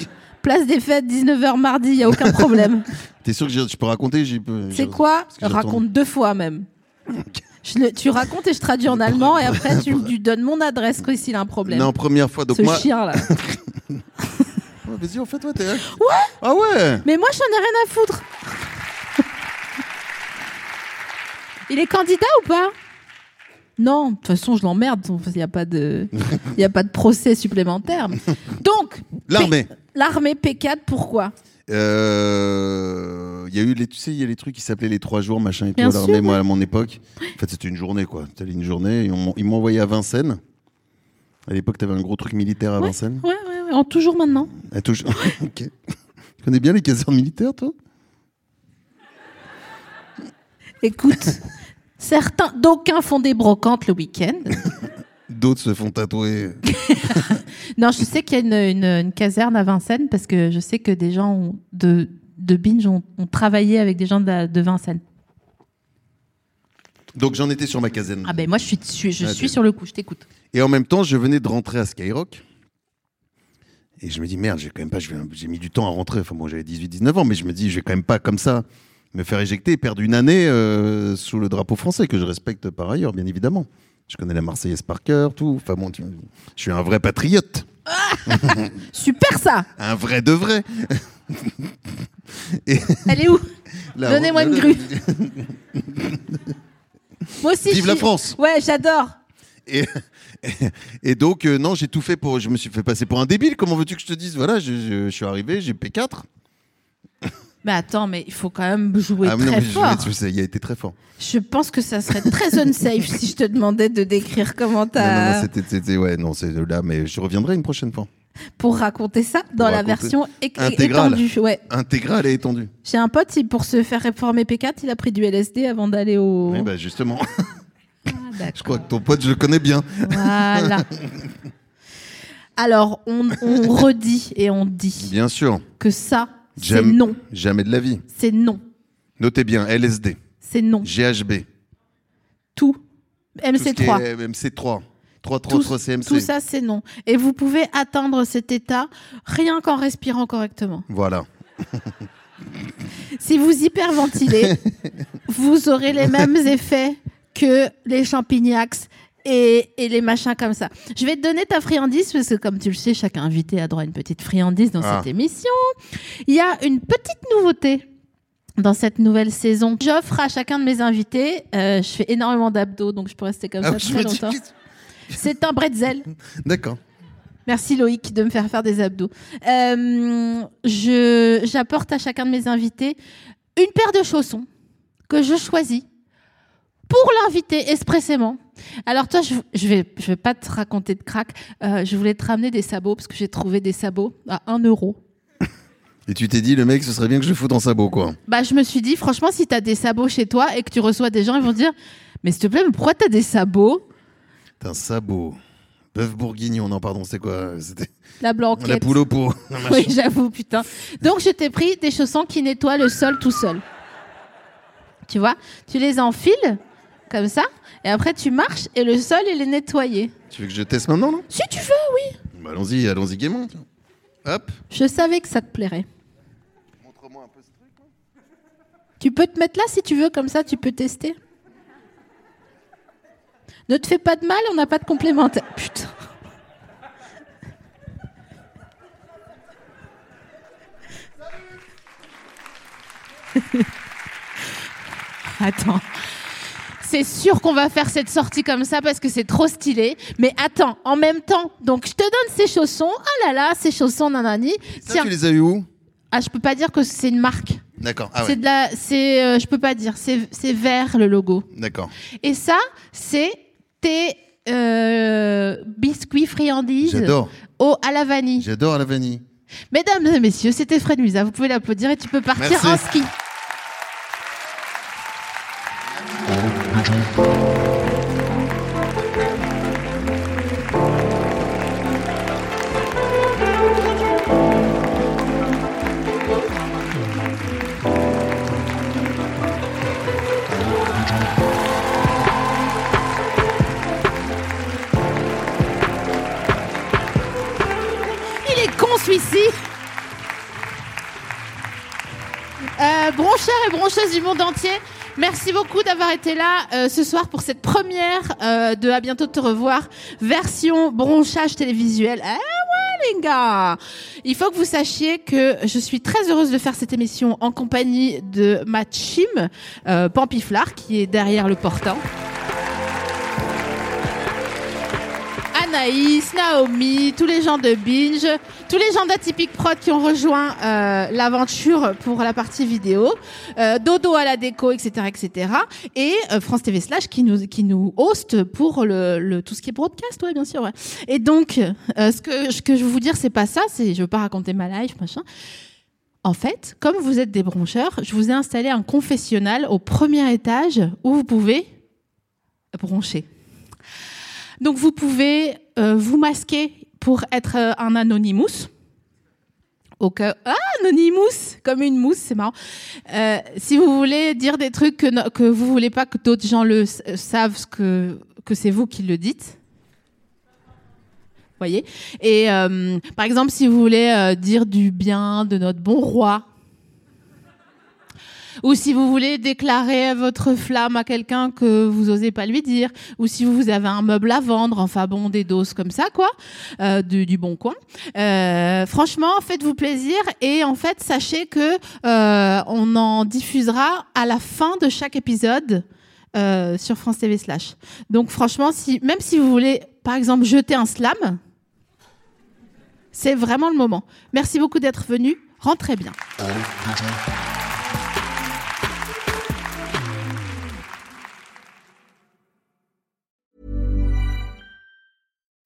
B: place des fêtes, 19h mardi, il y a aucun problème.
C: T'es sûr que j'ai- je peux raconter j'ai peu- j'ai-
B: C'est quoi
C: parce que j'attends.
B: Raconte deux fois
C: <laughs>
B: même. Je le- tu racontes et je traduis en allemand et après tu lui donnes mon adresse quand s'il a un problème.
C: Non, première fois. Donc
B: Ce
C: moi.
B: chien là.
C: <laughs> Ouais, Vas-y, en fait, toi, t'es. Ouais Ah ouais
B: Mais moi j'en ai rien à
C: <laughs>
B: foutre. Il est candidat ou pas Non, de toute façon je l'emmerde, il n'y a, pas de- il y a pas de procès
C: <laughs>
B: supplémentaire. Donc,
C: L'armée.
B: P- L'armée P4, pourquoi
C: Euh, Il y a eu, les, tu sais, il y a les trucs qui s'appelaient les trois jours, machin et
B: Bien
C: tout, à
B: sûr,
C: l'armée, moi, à mon époque. En fait, c'était une journée, quoi. T'allais une journée, et on- ils m'ont envoyé à Vincennes. À l'époque, t'avais un gros truc militaire à Vincennes.
B: Ouais, ouais, ouais, en toujours maintenant.
C: À Touche- <laughs> Ok. Tu connais bien les casernes militaires, toi <laughs>
B: Écoute, certains, d'aucuns font des brocantes le week-end.
C: D'autres se font tatouer.
B: Non, je sais qu'il y a une, une- une caserne à Vincennes parce que je sais que des gens ont- de, de Binge ont, ont travaillé avec des gens de, la- de Vincennes.
C: Donc, j'en étais sur ma caserne.
B: Ah ben moi, je suis, dessus, je
C: Ah,
B: suis
C: t'es-
B: sur le coup, je t'écoute.
C: Et en même temps, je venais de rentrer à Skyrock. Et je me dis, merde, j'ai quand même pas, je vais- j'ai mis du temps à rentrer. Enfin bon, j'avais 18-19 ans, mais je me dis, je vais quand même pas comme ça me faire éjecter et perdre une année euh, sous le drapeau français, que je respecte par ailleurs, bien évidemment. Je connais la Marseillaise par cœur, tout. Enfin bon, tu- je suis un vrai patriote.
B: Super ça
C: Un vrai de vrai. <laughs>
B: Elle est où
C: Là,
B: Donnez-moi
C: là,
B: une
C: là,
B: grue. <laughs> Moi aussi.
C: Vive
B: je-
C: la France.
B: Ouais, j'adore.
C: Et, et donc, euh, non, j'ai tout fait pour. Je me suis fait passer pour un débile. Comment veux-tu que je te dise Voilà, je, je- je suis arrivé, j'ai P4.
B: Mais attends, mais il faut quand même jouer
C: Ah, mais non,
B: très
C: mais je-
B: fort.
C: je- ça, il a été très fort.
B: Je pense que ça serait
C: <laughs>
B: très unsafe si je te demandais de décrire comment
C: Non, non, non,
B: t'as
C: c'était- c'était ouais, non, c'est là, mais je reviendrai une prochaine fois.
B: pour raconter ça dans
C: Pour
B: la
C: raconter.
B: version é- é-
C: Intégrale.
B: étendue. Ouais.
C: Intégrale et étendue.
B: J'ai un pote, il- pour se faire réformer P4, il a pris du LSD avant d'aller au.
C: Oui, bah justement,
B: Ah, d'accord.
C: je crois que ton pote, je le connais bien.
B: Voilà.
C: <laughs>
B: Alors, on, on redit et on dit
C: Bien sûr,
B: que ça, c'est
C: J'aime.
B: non.
C: jamais de la vie.
B: C'est non.
C: Notez bien, LSD,
B: C'est non.
C: GHB,
B: Tout.
C: tout ce qui est euh,
B: MC3.
C: MC3, 3, 3,
B: Tout,
C: 3 CMC.
B: tout ça, c'est non. Et vous pouvez atteindre cet état rien qu'en respirant correctement.
C: Voilà.
B: Si vous
C: <laughs>
B: hyperventilez, vous aurez les mêmes effets que les champignacs et, et les machins comme ça. Je vais te donner ta friandise, parce que comme tu le sais, chaque invité a droit à une petite friandise dans
C: Ah.
B: cette émission. Il y a une petite nouveauté. Dans cette nouvelle saison, j'offre à chacun de mes invités, euh, je fais énormément d'abdos, donc je peux rester comme
C: Ah,
B: ça
C: je
B: très
C: me dis-
B: longtemps. C'est un bretzel.
C: <laughs> D'accord.
B: Merci Loïc de me faire faire des abdos. Euh, je- J'apporte à chacun de mes invités une paire de chaussons que je choisis pour l'inviter expressément. Alors toi, je, je vais, je vais pas te raconter de crack. Euh, je voulais te ramener des sabots parce que j'ai trouvé des sabots à 1 euro.
C: Et tu t'es dit, le mec, ce serait bien que je le foute en sabot, quoi.
B: Bah, je me suis dit, franchement, si t'as des sabots chez toi et que tu reçois des gens, ils vont dire, mais s'il te plaît, mais pourquoi t'as des sabots
C: T'as un sabot. Bœuf bourguignon, non, pardon, c'est quoi euh, C'était
B: La blanquette.
C: la poule au pot. <laughs>
B: Oui, j'avoue, putain. Donc, je t'ai pris des chaussons qui nettoient le sol tout seul. Tu vois Tu les enfiles comme ça et après tu marches et le sol il est nettoyé.
C: Tu veux que je teste maintenant, non
B: Si tu veux, oui.
C: Bah, Allons-y, allons-y gaiement. tiens. Hop.
B: Je savais que ça te plairait. Tu peux te mettre là si tu veux, comme ça tu peux tester. Ne te fais pas de mal, on n'a pas de complémentaire. Putain. <laughs> Attends. C'est sûr qu'on va faire cette sortie comme ça parce que c'est trop stylé. Mais attends, en même temps, donc je te donne ces chaussons. Ah là là, ces chaussons, nanani.
C: Ça,
B: Tiens,
C: tu les as eu où
B: ah, je peux pas dire que c'est une marque.
C: D'accord. Ah
B: C'est
C: ouais.
B: de la, c'est, euh, je peux pas dire, c'est, c'est vert le logo.
C: D'accord.
B: Et ça, c'est tes euh, biscuits friandises
C: J'adore.
B: au à la vanille.
C: J'adore la vanille.
B: Mesdames et messieurs, c'était Fred Musa. Vous pouvez l'applaudir et tu peux partir
C: Merci.
B: en ski. Il est con celui-ci. Euh, broncheurs et broncheuses du monde entier, merci beaucoup d'avoir été là euh, ce soir pour cette première euh, de À bientôt de te revoir version bronchage télévisuel. Eh ouais les gars Il faut que vous sachiez que je suis très heureuse de faire cette émission en compagnie de ma team, euh, Pampiflard, qui est derrière le portant. Anaïs, Naomi, tous les gens de Binge, tous les gens d'Atypique Prod qui ont rejoint euh, l'aventure pour la partie vidéo, euh, Dodo à la déco, etc., etc. Et euh, France TV Slash qui nous qui nous host pour le, le- tout ce qui est broadcast, ouais, bien sûr. ouais. Et donc, euh, ce que ce que je veux vous dire, c'est pas ça. C'est je veux pas raconter ma life, machin. En fait, comme vous êtes des broncheurs, je vous ai installé un confessionnal au premier étage où vous pouvez broncher. Donc vous pouvez euh, vous masquer pour être euh, un anonymous. Au cas... Ah, anonymous Comme une mousse, c'est marrant. Euh, si vous voulez dire des trucs que, no- que vous voulez pas que d'autres gens le s- euh, savent, ce que, que c'est vous qui le dites. voyez Et euh, par exemple, si vous voulez euh, dire du bien de notre bon roi, ou si vous voulez déclarer votre flamme à quelqu'un que vous osez pas lui dire, ou si vous avez un meuble à vendre, enfin bon, des doses comme ça, quoi, euh, du, du bon coin. Euh, franchement, faites-vous plaisir et en fait, sachez que euh, on en diffusera à la fin de chaque épisode. euh, sur France TV slash. Donc franchement, si, même si vous voulez, par exemple, jeter un slam, c'est vraiment le moment. Merci beaucoup d'être venu. Rentrez bien.